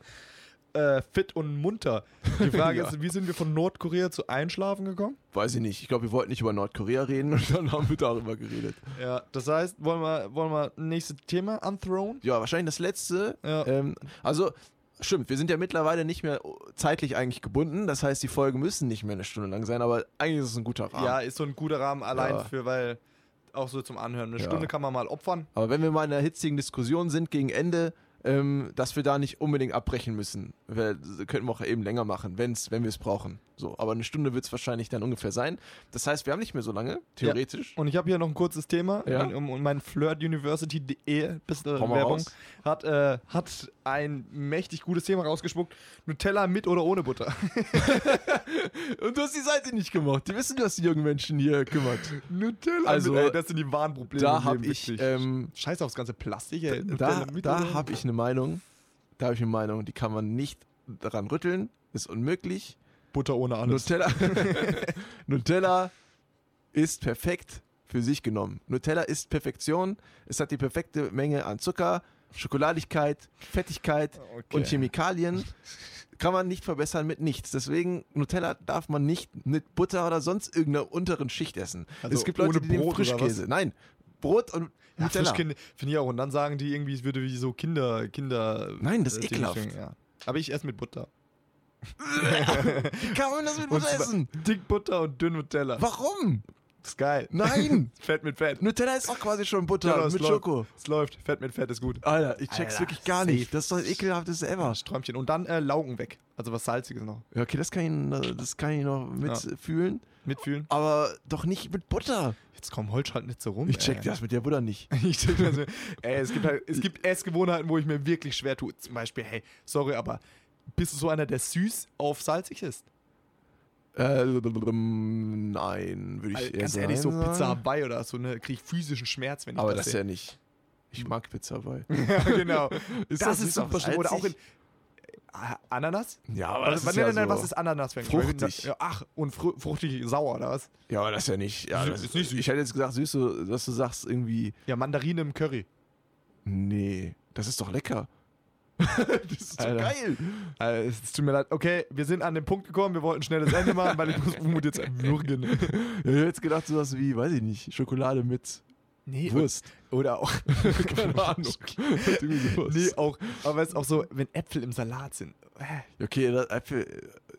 [SPEAKER 1] Äh, fit und munter. Die Frage
[SPEAKER 2] Ja.
[SPEAKER 1] ist, wie sind wir von Nordkorea zu Einschlafen gekommen?
[SPEAKER 2] Weiß ich nicht. Ich glaube, wir wollten nicht über Nordkorea reden und dann haben wir darüber geredet.
[SPEAKER 1] Ja, das heißt, wollen wir, wollen wir nächstes Thema anthronen?
[SPEAKER 2] Ja, wahrscheinlich das letzte.
[SPEAKER 1] Ja.
[SPEAKER 2] Ähm, also, stimmt, wir sind ja mittlerweile nicht mehr zeitlich eigentlich gebunden. Das heißt, die Folgen müssen nicht mehr eine Stunde lang sein, aber eigentlich ist es ein guter Rahmen.
[SPEAKER 1] Ja, ist so ein guter Rahmen allein
[SPEAKER 2] Ja.
[SPEAKER 1] für, weil auch so zum Anhören. Eine
[SPEAKER 2] Ja.
[SPEAKER 1] Stunde kann man mal opfern.
[SPEAKER 2] Aber wenn wir mal in einer hitzigen Diskussion sind gegen Ende, ähm, dass wir da nicht unbedingt abbrechen müssen. Wir, könnten wir auch eben länger machen, wenn's, wenn wir es brauchen. So, aber eine Stunde wird es wahrscheinlich dann ungefähr sein. Das heißt, wir haben nicht mehr so lange, theoretisch.
[SPEAKER 1] Und ich habe hier noch ein kurzes Thema.
[SPEAKER 2] Ja.
[SPEAKER 1] Und, um, und mein flirtuniversity.de bisschen
[SPEAKER 2] Hau mal
[SPEAKER 1] Werbung
[SPEAKER 2] raus.
[SPEAKER 1] hat, äh, hat ein mächtig gutes Thema rausgespuckt. Nutella mit oder ohne Butter.
[SPEAKER 2] Und du hast die Seite nicht gemacht. Die wissen, du hast die jungen Menschen hier kümmert.
[SPEAKER 1] Nutella
[SPEAKER 2] Also,
[SPEAKER 1] mit, ey, das sind die wahren Probleme.
[SPEAKER 2] Da
[SPEAKER 1] im
[SPEAKER 2] habe
[SPEAKER 1] Leben,
[SPEAKER 2] ich,
[SPEAKER 1] wirklich.
[SPEAKER 2] ähm,
[SPEAKER 1] Scheiß aufs ganze Plastik, ey.
[SPEAKER 2] da,
[SPEAKER 1] Nutella mit
[SPEAKER 2] da
[SPEAKER 1] oder-
[SPEAKER 2] habe ich eine Meinung. Da habe ich eine Meinung, die kann man nicht daran rütteln. Ist unmöglich.
[SPEAKER 1] Butter ohne alles.
[SPEAKER 2] Nutella, Nutella ist perfekt für sich genommen. Nutella ist Perfektion. Es hat die perfekte Menge an Zucker, Schokoladigkeit, Fettigkeit
[SPEAKER 1] Ah, Okay.
[SPEAKER 2] und Chemikalien. Kann man nicht verbessern mit nichts. Deswegen, Nutella darf man nicht mit Butter oder sonst irgendeiner unteren Schicht essen.
[SPEAKER 1] Also
[SPEAKER 2] es gibt Leute,
[SPEAKER 1] ohne
[SPEAKER 2] die nehmen
[SPEAKER 1] Brot oder
[SPEAKER 2] Frischkäse. Nein, Brot und
[SPEAKER 1] ja,
[SPEAKER 2] Nutella.
[SPEAKER 1] Frischkind finde ich auch. Und dann sagen die irgendwie, es würde wie so Kinder, Kinder. äh,
[SPEAKER 2] Nein, das ist
[SPEAKER 1] Ding
[SPEAKER 2] ekelhaft.
[SPEAKER 1] schmecken, Ja. Aber ich esse mit Butter.
[SPEAKER 2] Wie kann man das mit
[SPEAKER 1] Und
[SPEAKER 2] Butter
[SPEAKER 1] zwar-
[SPEAKER 2] essen?
[SPEAKER 1] Dick Butter und dünn Nutella.
[SPEAKER 2] Warum?
[SPEAKER 1] Das ist geil.
[SPEAKER 2] Nein!
[SPEAKER 1] Fett mit Fett.
[SPEAKER 2] Nutella ist auch quasi schon Butter
[SPEAKER 1] Nutella ist
[SPEAKER 2] mit
[SPEAKER 1] läuft.
[SPEAKER 2] Schoko.
[SPEAKER 1] Es läuft. Fett mit Fett ist gut.
[SPEAKER 2] Alter, ich check's
[SPEAKER 1] Alter,
[SPEAKER 2] wirklich gar
[SPEAKER 1] safe.
[SPEAKER 2] nicht. Das ist doch das ekelhafteste ever.
[SPEAKER 1] Träumchen. Ah, Und dann äh, Laugen weg. Also was Salziges noch.
[SPEAKER 2] Ja, okay, das kann ich, das kann ich noch mitfühlen,
[SPEAKER 1] Mitfühlen.
[SPEAKER 2] aber doch nicht mit Butter.
[SPEAKER 1] Jetzt komm, Holz halt nicht so rum.
[SPEAKER 2] Ich check
[SPEAKER 1] ey.
[SPEAKER 2] das mit der Butter nicht.
[SPEAKER 1] Ich check das. Ey, es gibt, halt, es gibt Essgewohnheiten, wo ich mir wirklich schwer tue. Zum Beispiel, hey, sorry, aber bist du so einer, der süß auf salzig ist?
[SPEAKER 2] Äh, nein, würde ich
[SPEAKER 1] Also,
[SPEAKER 2] eher
[SPEAKER 1] ganz ehrlich, so
[SPEAKER 2] nein
[SPEAKER 1] Pizza
[SPEAKER 2] sagen.
[SPEAKER 1] Hawaii oder so, ne, kriege ich physischen Schmerz, wenn ich
[SPEAKER 2] Aber
[SPEAKER 1] das
[SPEAKER 2] das
[SPEAKER 1] sehe.
[SPEAKER 2] ja nicht. Ich mag Pizza bei.
[SPEAKER 1] Ja, genau. das,
[SPEAKER 2] das
[SPEAKER 1] ist
[SPEAKER 2] nicht auch
[SPEAKER 1] super schlimm. Oder auch in
[SPEAKER 2] salzig?
[SPEAKER 1] Ah, Ananas?
[SPEAKER 2] Ja, aber
[SPEAKER 1] Was-
[SPEAKER 2] das
[SPEAKER 1] was, nein,
[SPEAKER 2] ist ja
[SPEAKER 1] nein, nein,
[SPEAKER 2] so.
[SPEAKER 1] was ist Ananas für ein
[SPEAKER 2] Fruchtig.
[SPEAKER 1] Geschmack? Ja, Ach, und fru fruchtig sauer, oder was?
[SPEAKER 2] Ja, aber das ist ja nicht. Ja,
[SPEAKER 1] Süß-
[SPEAKER 2] das
[SPEAKER 1] ist nicht süß.
[SPEAKER 2] Ich hätte jetzt gesagt, süß, so, dass du sagst irgendwie,
[SPEAKER 1] Ja, Mandarine im Curry.
[SPEAKER 2] nee, das ist doch lecker. das ist
[SPEAKER 1] Alter.
[SPEAKER 2] geil.
[SPEAKER 1] Äh, es es tut mir leid. Okay, wir sind an den Punkt gekommen, wir wollten schnell das Ende machen, weil ich muss Umut jetzt würgen.
[SPEAKER 2] Ich hätte jetzt gedacht, sowas wie, weiß ich nicht, Schokolade mit
[SPEAKER 1] Nee,
[SPEAKER 2] Wurst.
[SPEAKER 1] oder auch.
[SPEAKER 2] Keine Ahnung.
[SPEAKER 1] Nee, auch. Aber es ist auch so, wenn Äpfel im Salat sind. Äh,
[SPEAKER 2] Okay, das Äpfel.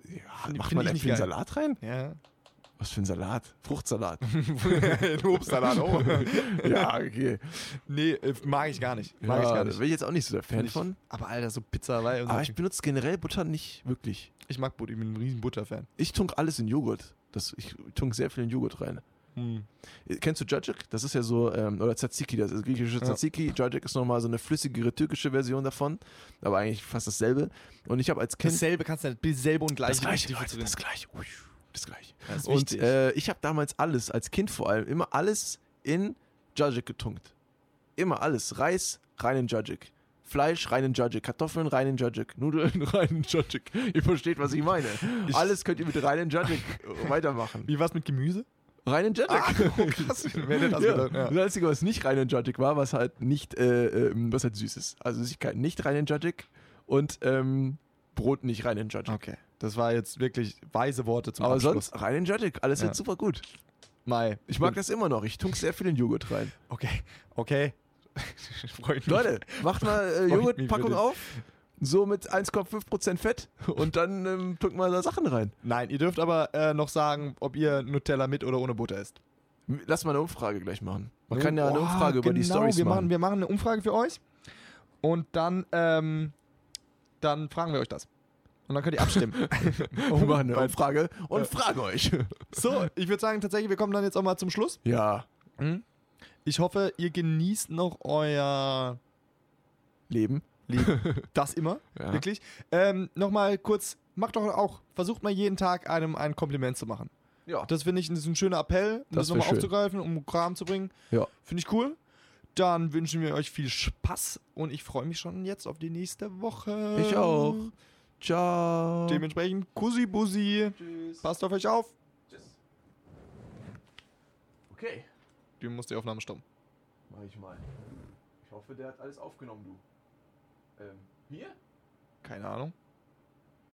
[SPEAKER 2] äh, Ja,
[SPEAKER 1] Find-
[SPEAKER 2] macht
[SPEAKER 1] find
[SPEAKER 2] man
[SPEAKER 1] ich
[SPEAKER 2] Äpfel
[SPEAKER 1] nicht
[SPEAKER 2] in
[SPEAKER 1] geil.
[SPEAKER 2] Salat rein?
[SPEAKER 1] Ja.
[SPEAKER 2] Was für ein Salat? Fruchtsalat.
[SPEAKER 1] Ein Obstsalat auch.
[SPEAKER 2] ja, okay.
[SPEAKER 1] Nee, äh, mag ich gar nicht. Mag
[SPEAKER 2] ja,
[SPEAKER 1] ich gar
[SPEAKER 2] da
[SPEAKER 1] nicht. also
[SPEAKER 2] Bin ich jetzt auch nicht so der Fan
[SPEAKER 1] Nicht.
[SPEAKER 2] von.
[SPEAKER 1] Aber Alter, so Pizza Hawaii und
[SPEAKER 2] Aber
[SPEAKER 1] so.
[SPEAKER 2] ich benutze generell Butter nicht wirklich.
[SPEAKER 1] Ich mag Butter, ich bin ein riesen Butterfan.
[SPEAKER 2] Ich tunk alles in Joghurt. Das, ich tunk sehr viel in Joghurt rein.
[SPEAKER 1] Hm.
[SPEAKER 2] Äh, Kennst du Jajik? Das ist ja so, ähm, oder Tzatziki, das ist griechische
[SPEAKER 1] Ja.
[SPEAKER 2] Tzatziki. Jajik ist nochmal so eine flüssigere türkische Version davon, aber eigentlich fast dasselbe. Und ich habe als Kind.
[SPEAKER 1] Dasselbe kannst du nicht, dasselbe und gleich.
[SPEAKER 2] Das gleiche, Leute, das gleiche. Ui, Das gleiche.
[SPEAKER 1] Das ist
[SPEAKER 2] Und
[SPEAKER 1] wichtig.
[SPEAKER 2] äh, ich habe damals alles, als Kind vor allem, immer alles in Jajik getunkt. Immer alles. Reis, rein in Jajik. Fleisch, rein in Jajik. Kartoffeln, rein in Jajik. Nudeln, rein in Jajik. Ihr versteht, was ich meine.
[SPEAKER 1] Ich-
[SPEAKER 2] alles könnt ihr mit rein in Jajik weitermachen.
[SPEAKER 1] Wie war's mit Gemüse?
[SPEAKER 2] Rein in Jajik.
[SPEAKER 1] Krass, wer hätte das
[SPEAKER 2] Oh, ja.
[SPEAKER 1] Ah, gedacht? Ja.
[SPEAKER 2] Das Einzige, was nicht rein in Jajik war, was halt nicht, äh, ähm, was halt süß ist. Also Süßigkeiten nicht rein in Jajik und ähm, Brot nicht rein in Jajik.
[SPEAKER 1] Okay, das war jetzt wirklich weise Worte Ah, zum
[SPEAKER 2] Aber
[SPEAKER 1] Abschluss.
[SPEAKER 2] sonst rein in Jajik. Alles
[SPEAKER 1] Ja.
[SPEAKER 2] wird super gut.
[SPEAKER 1] Mai.
[SPEAKER 2] Ich mag das immer noch. Ich tunk sehr viel in Joghurt rein.
[SPEAKER 1] Okay, okay. Freut mich.
[SPEAKER 2] Leute, macht mal äh,
[SPEAKER 1] mich
[SPEAKER 2] Joghurtpackung
[SPEAKER 1] bitte.
[SPEAKER 2] auf. So mit 1,5% Fett und dann ähm, tunkt mal da Sachen rein.
[SPEAKER 1] Nein, ihr dürft aber äh, noch sagen, ob ihr Nutella mit oder ohne Butter isst.
[SPEAKER 2] Lass mal eine Umfrage gleich machen. Man
[SPEAKER 1] Nun-
[SPEAKER 2] kann ja eine
[SPEAKER 1] Oh,
[SPEAKER 2] Umfrage über die
[SPEAKER 1] genau,
[SPEAKER 2] Stories
[SPEAKER 1] wir
[SPEAKER 2] machen.
[SPEAKER 1] Wir machen eine Umfrage für euch und dann, ähm, dann fragen wir euch das. Und dann könnt ihr abstimmen.
[SPEAKER 2] Wir machen eine
[SPEAKER 1] Weil-
[SPEAKER 2] Umfrage und
[SPEAKER 1] Äh.
[SPEAKER 2] fragen euch.
[SPEAKER 1] so, ich würde sagen, tatsächlich, wir kommen dann jetzt auch mal zum Schluss.
[SPEAKER 2] Ja,
[SPEAKER 1] Ich hoffe, ihr genießt noch euer
[SPEAKER 2] Leben.
[SPEAKER 1] Leben. Das immer,
[SPEAKER 2] Ja.
[SPEAKER 1] wirklich. Ähm, Nochmal kurz, macht doch auch, versucht mal jeden Tag einem ein Kompliment zu machen.
[SPEAKER 2] Ja.
[SPEAKER 1] Das finde ich das ist ein schöner Appell, um
[SPEAKER 2] Das
[SPEAKER 1] das,
[SPEAKER 2] wär
[SPEAKER 1] nochmal
[SPEAKER 2] schön.
[SPEAKER 1] aufzugreifen, um Kram zu bringen.
[SPEAKER 2] Ja.
[SPEAKER 1] Finde ich cool. Dann wünschen wir euch viel Spaß und ich freue mich schon jetzt auf die nächste Woche.
[SPEAKER 2] Ich auch. Ciao.
[SPEAKER 1] Dementsprechend Kussi Busi.
[SPEAKER 2] Tschüss.
[SPEAKER 1] Passt auf euch auf.
[SPEAKER 2] Tschüss. Okay.
[SPEAKER 1] Du musst die Aufnahme stoppen.
[SPEAKER 2] Mach ich mal. Ich hoffe, der hat alles aufgenommen, du. Ähm, hier?
[SPEAKER 1] Keine Ahnung.